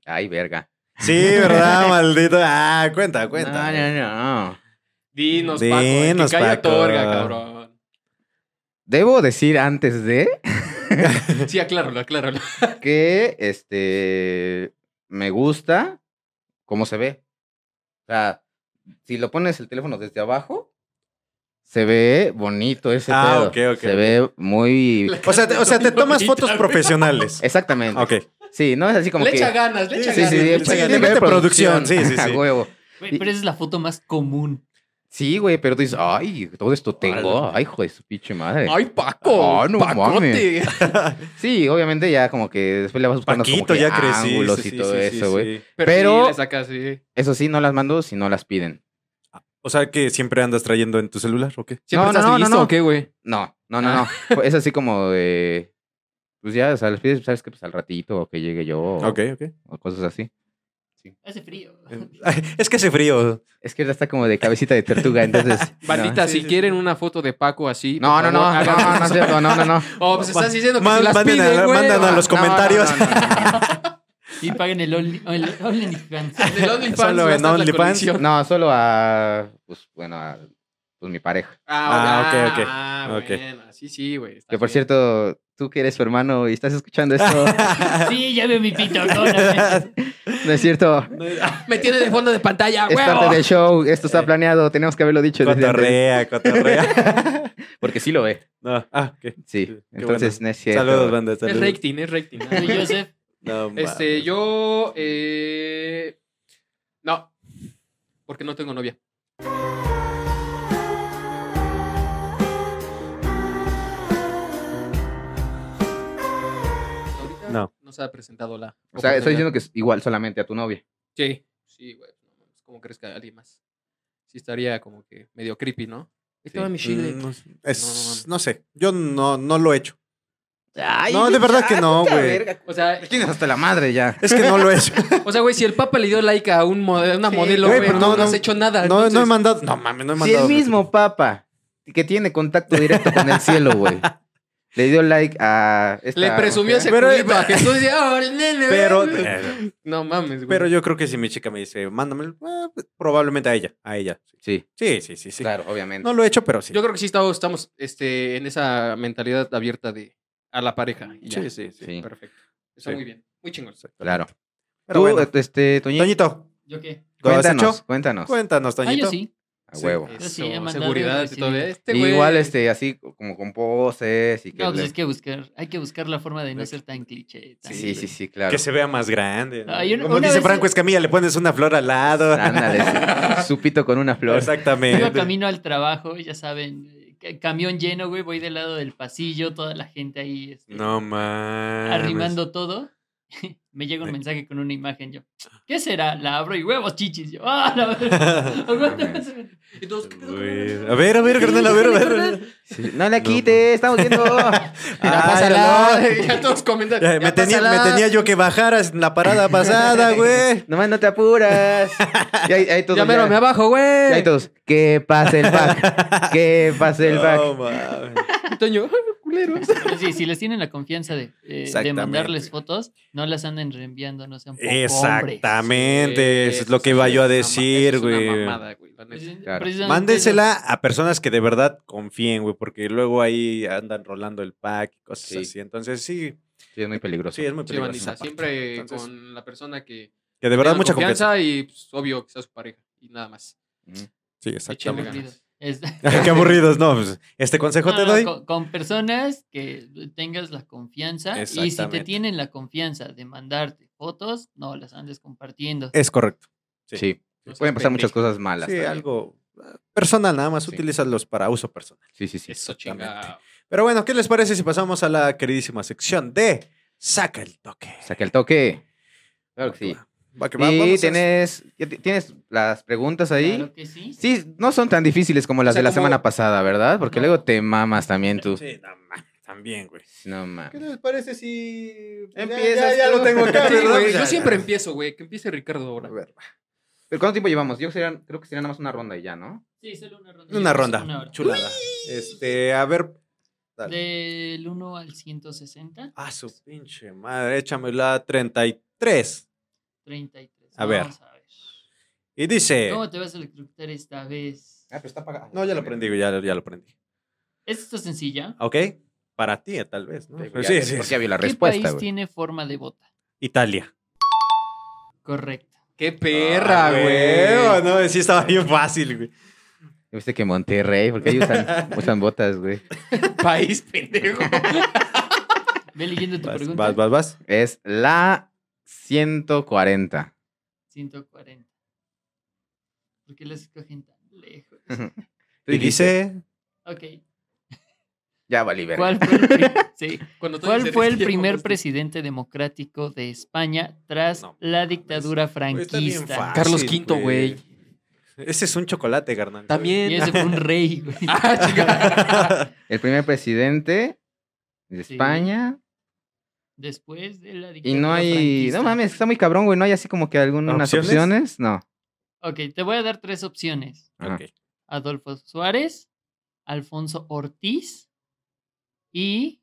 Ay, verga.
Sí, ¿verdad? Maldito. Ah, cuenta, cuenta.
No, no, no.
Dinos, Paco. el
Dinos,
que calla
Paco.
otorga, cabrón.
Debo decir antes de
Sí, acláralo, acláralo.
que este me gusta cómo se ve. O sea, si lo pones el teléfono desde abajo, se ve bonito ese
Ah,
pedo.
ok, ok,
se
ok.
ve muy
O sea, te, o sea, te tomas fotos
Eh,
profesionales.
exactamente.
Ok.
Sí, no es así como
le
que
echa ganas, le
Sí,
echa
Sí, sí,
ganas.
sí,
le
le
sí,
echa
echa-
sí,
ganas.
le mete
producción, sí, sí,
a
sí.
huevo.
Güey, pero esa es la foto más común.
Sí, güey, pero tú dices, ay, todo esto tengo. Ay, hijo de su pinche madre.
Ay, Paco.
Ah, no
Pacote.
Sí, obviamente ya como que después le vas buscando como
Paquito,
que
ya crecí.
ángulos
sí, sí,
y todo
sí, sí,
eso, güey.
sí.
Pero,
Pero-
sí, le saca así.
Eso sí, no las mando si no las piden.
O sea, que siempre andas trayendo en tu celular, ¿o qué?
¿Siempre
No,
estás
no, no,
listo
no.
o qué, güey?
No, no, no, no. Fue- Es así como de. Pues ya, o sea, les pides, ¿sabes qué? Pues al ratito, o que llegue yo, o,
Ok, ok.
o cosas así.
Hace frío.
Eh, Es que hace frío.
Es que ella está como de cabecita de tortuga, entonces. no.
Bandita,
Sí,
si
sí, sí.
quieren una foto de Paco así.
No,
por
no, no,
favor,
no,
háganme
no, no, es
eso.
cierto, no, no, no.
Oh, pues estás diciendo que
Man-
si las
manden a-
piden, güey.
mandan a los
No, no,
comentarios.
no, no,
Y paguen el Only- el OnlyFans.
En el OnlyFans
Solo
va a
en
estar la
OnlyFans.
no,
colección.
no, solo a. Pues bueno, a pues, mi pareja.
Ah,
Ah,
ok,
ok,
ok,
ok. Ah,
ok.
bueno, sí, sí, güey. está
Que por
bien.
cierto, tú que eres su hermano y estás escuchando esto,
Sí, ya veo mi pito. perdóname.
no es cierto.
Me tiene de fondo de pantalla,
Es parte
güey.
del show, esto está planeado, tenemos que haberlo dicho. desde antes.
Cotorrea, cotorrea.
Porque sí lo ve.
No, ah, ok.
Sí,
Qué
entonces no es cierto.
Saludos, banda.
Es
Saludos.
rating, es rating. Ah,
Soy Joseph.
No, mames.
Este, yo. eh, No. Porque no tengo novia. Ahorita
No.
No se ha presentado la.
O sea, estoy
oportunidad.
diciendo que es igual solamente a tu novia.
Sí, sí, güey. No mames, ¿Cómo crees que alguien más? Sí, estaría como que medio creepy, ¿no? Ahí estaba mi chile.
Mm, No, es-
no,
no sé. Yo no, no lo he hecho.
Ay, "Ah,
No, de verdad que no, güey.
O sea,
Tienes hasta la madre ya.
Es que no lo he hecho.
o sea, güey, si el Papa le dio like a un mode- una modelo,
Güey,
güey,
pero
no,
no,
no has
no.
hecho nada.
No, no he
entonces-
mandado. No mames, no he
Si el
mandado.
mismo papa que tiene contacto directo con el cielo, güey, le dio like a. esta-
Le presumió ese
Pero-
culito a Jesús y "Ah, el nene,
Pero, eh,
güey". No mames, güey.
pero yo creo que si mi chica me dice, mándamelo, eh, probablemente a ella. A ella.
Sí,
Sí, sí, sí, sí.
claro, obviamente.
No lo he hecho, pero sí.
Yo creo que sí estamos, estamos este, en esa mentalidad abierta de a la pareja. y ya.
Sí, sí, sí.
Sí,
Perfecto. Está
Sí.
muy bien. Muy chingón.
claro. Tú,
Pero bueno.
este, Toñito,
Toñito,
¿Yo qué?
¿lo has
cuéntanos,
hecho?
cuéntanos.
Cuéntanos,
Ah,
Toñito.
yo sí.
A
Sí.
huevo.
Yo
Eso,
sí he mandado
seguridad
y
y todo.
recibido.
Este, güey.
Igual, este, así como con poses y que.
No, pues
le-
es que buscar, hay que buscar la forma de no ser tan cliché. tan-
Sí, sí, sí, claro.
Que se vea más grande. ¿no?
Ay, una-
Como
una
dice
vez-
Franco Escamilla, le pones una flor al lado.
Ándale, su pito con una flor.
Iba
Exactamente.
camino al trabajo, ya saben, ca- camión lleno, güey, voy del lado del pasillo, toda la gente ahí este,
No mames.
arrimando todo. Me llega un
Sí.
mensaje con una imagen, yo, ¿qué será? La abro y huevos chichis, yo, ¡ah, la verga! Aguanta,
Y todos, ¿qué pedo?
Güey. A ver, a ver, carnal, a ver, a ver.
Sí, No la
No, pues.
quites, estamos viendo. Mira,
Ay,
pásala.
no.
Ya todos comentan.
Ya, me,
"Ya
tenía, me
pásala".
tenía yo que bajar en la parada pasada, güey.
Nomás no te apuras. Y ahí, ahí todos,
Ya mero,
ya-
me abajo,
y
güey.
Eh.
ahí todos, Que pase el pack. Que pase el pack.
No mames.
Toño, culeros.
Pero sí, si les tienen la confianza de, eh, de
Exactamente.
mandarles fotos, no las anden reenviando, no sean poco
Exactamente, eso es lo que iba yo a decir, güey.
hombres. Pues,
Claro.
precisamente
Mándensela a personas que de verdad confíen, güey, porque luego ahí andan rolando el pack y cosas
Sí.
así. Entonces, sí,
Sí, es muy peligroso.
sí, es muy
Sí,
peligroso.
bandita,
esa parte.
siempre
Entonces,
con la persona que
Que de verdad
tengan
mucha confianza.
confianza, y pues, obvio que sea su pareja y nada más.
Mm.
Sí,
Qué
Échale
exactamente.
aburrido. Es-
Qué aburridos, no. pues, este consejo
No,
te
no,
doy.
Con, con personas que tengas la confianza y si te
Exactamente.
tienen la confianza de mandarte fotos, no las andes compartiendo.
Es correcto.
Sí.
Sí.
No
Pueden
seas
pasar muchas
pendejo.
cosas malas.
Sí,
también.
algo eh, personal, nada más.
Sí.
Utilízalos para uso personal.
Sí, sí, sí.
Eso
Exactamente.
chingado.
Pero bueno, ¿qué les parece si pasamos a la queridísima sección de Saca el toque?
Saca el toque. Claro que sí.
Va que va,
Y
vamos a-
tienes, ya ti- tienes las preguntas ahí.
Claro que sí.
Sí, no son tan difíciles como las
O sea,
de la
como-
semana pasada, ¿verdad? Porque
No.
luego te mamas también tú.
Sí, no, ma, también, güey.
No
¿Qué
mames.
les parece si. pues, Ya-
Empiezas
Ya, ya
tú.
lo tengo acá,
Sí,
¿verdad?
güey,
Ya.
yo siempre empiezo, güey. Que empiece Ricardo ahora.
A ver,
¿Pero cuánto tiempo llevamos? Yo sería- creo que sería nada más una ronda y ya, ¿no?
Sí, solo una ronda.
Una
Una
ronda.
hora.
Chulada. Este, a ver. dale.
Del 1 al 160,
Ah, su pinche madre. Échame la 33.
33.
A ver.
Vamos a ver.
Y dice.
¿Cómo te vas a electrocutar esta vez?
Ah,
pero está apagada.
No, ya lo aprendí, güey, ya, ya lo aprendí.
Esta está sencilla.
¿Ok? Para ti, eh, tal vez, ¿no?
Porque
Sí,
ya-
sí.
porque
sí.
ya vi la
¿Qué
respuesta,
país
güey.
tiene forma de bota?
Italia.
Correcto.
Qué perra,
Ah,
güey.
No, sí estaba bien fácil, güey.
Viste que Monterrey, porque ahí usan, usan botas, güey.
País pendejo.
Ve leyendo tu
Vas,
pregunta.
vas, vas, vas.
Es la 140.
140. ¿Por qué las escogen tan lejos?
Y dice.
Ok.
Ya valí verga.
¿Cuál fue el, pri- sí.
Cuando tú
¿Cuál
dices,
fue
"Es
el
que
primer
vamos de-
presidente democrático de España tras
No,
la
Güey,
dictadura
está bien
franquista?
fácil,
Carlos V, güey.
Ese es un chocolate, carnal.
Y
También.
ese fue un rey, güey.
Ah, chica.
El primer presidente de
Sí.
España
Después de la
Y
dictadura
no hay.
franquista.
No mames, está muy cabrón, güey. No hay así como que algunas
¿Opciones?
opciones. No.
Ok, te voy a dar tres opciones.
Ajá.
Ok.
Adolfo Suárez, Alfonso Ortiz y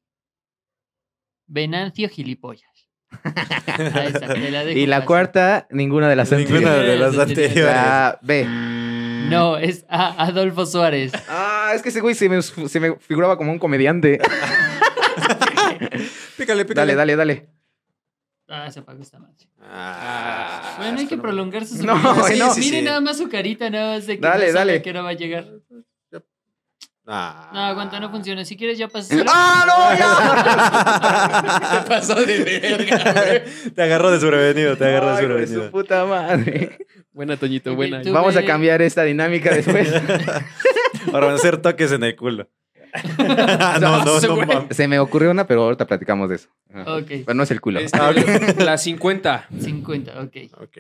Venancio Gilipollas. Ahí está, te la dejo
Y la
fácil.
cuarta, ninguna de las
Ninguna
anteriores.
de las
Sí, sí, sí.
anteriores.
La B.
No, es A, Adolfo Suárez.
Ah, es que ese güey se me, se me figuraba como un comediante.
Pícale,
dale, dale, dale.
Ah, se apagó esta madre.
Ah,
Bueno, hay que
espérame.
prolongar sus
No,
opiniones.
güey,
no. Sí, sí,
Miren
sí.
nada más su carita, nada más de que
Dale,
no sabe
dale.
a qué hora va a llegar.
Ah.
No, aguanta, no funciona. Si quieres ya pasas.
¡Ah, no!
pasó de verga,
te agarró desprevenido, te agarró
Ay, güey, su
desprevenido.
puta madre.
Buena, Toñito,
Ok,
buena.
tú-
Vamos a
güey.
cambiar esta dinámica después.
Ahora van a hacer toques en el culo. no, no,
ese
no,
güey.
mames.
se me ocurrió una, pero ahorita platicamos de eso. Ajá.
Ok,
Pero no es el culo.
Este,
Ah,
La 50.
50, ok.
Ok.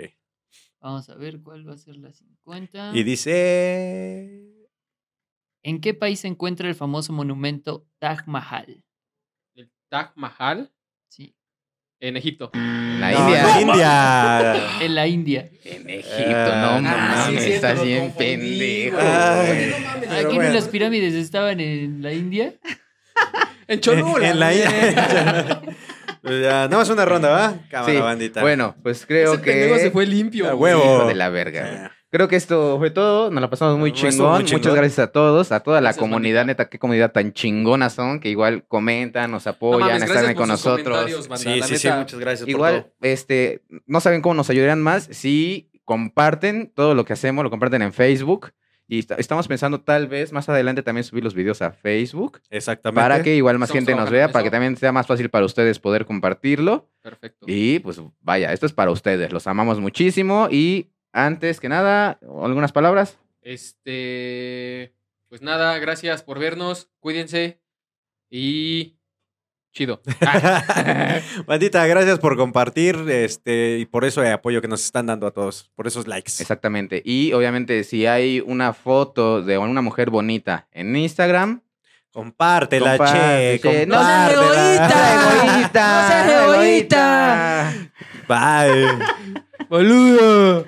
Vamos a ver cuál va a ser la 50.
Y dice.
¿En qué país se encuentra el famoso monumento Taj Mahal?
El Taj Mahal
Sí,
en Egipto.
La
No,
India.
la India.
en la India.
En
Ah,
Egipto, no
sí,
mames,
cierto,
estás
Ah, lo
bien
confundí,
pendejo.
güey.
güey.
Ay,
¿Aquí
pero
no
bueno.
las pirámides estaban en la India?
En Cholula.
En la India. Pues ya, nada más una ronda, ¿va? Cámara,
Sí,
bandita.
Bueno, pues creo
Ese pendejo
que.
se fue limpio.
A
güey.
huevo.
Hijo de la verga.
Eh,
güey. Creo que esto fue todo. Nos la pasamos muy
Oh. Estuvo muy
chingón.
chingón.
Muchas gracias a todos, a toda la
Gracias,
comunidad. Neta, qué comunidad tan chingona son, que igual comentan, nos
No
apoyan,
mames,
están ahí
gracias por
con
sus comentarios,
nosotros.
banda,
Sí,
la
sí, sí,
neta.
muchas gracias por
Igual,
todo.
este, no saben cómo nos ayudarían más si comparten todo lo que hacemos, lo comparten en Facebook. Y est- estamos pensando tal vez más adelante también subir los videos a Facebook
Exactamente.
para que igual más
Estamos
gente nos
trabajando en
vea, para que
eso.
también sea más fácil para ustedes poder compartirlo.
Perfecto.
Y pues vaya, esto es para ustedes. Los amamos muchísimo. Y antes que nada, algunas palabras.
Este. Pues nada, gracias por vernos. Cuídense. Y. Chido.
Bandita, gracias por compartir este, y por eso el apoyo que nos están dando a todos, por esos likes.
Exactamente. Y obviamente, si hay una foto de una mujer bonita en Instagram,
Compártela,
comparte,
che, compártela.
No seas
No seas egoísta.
Bye.
¡Boludo!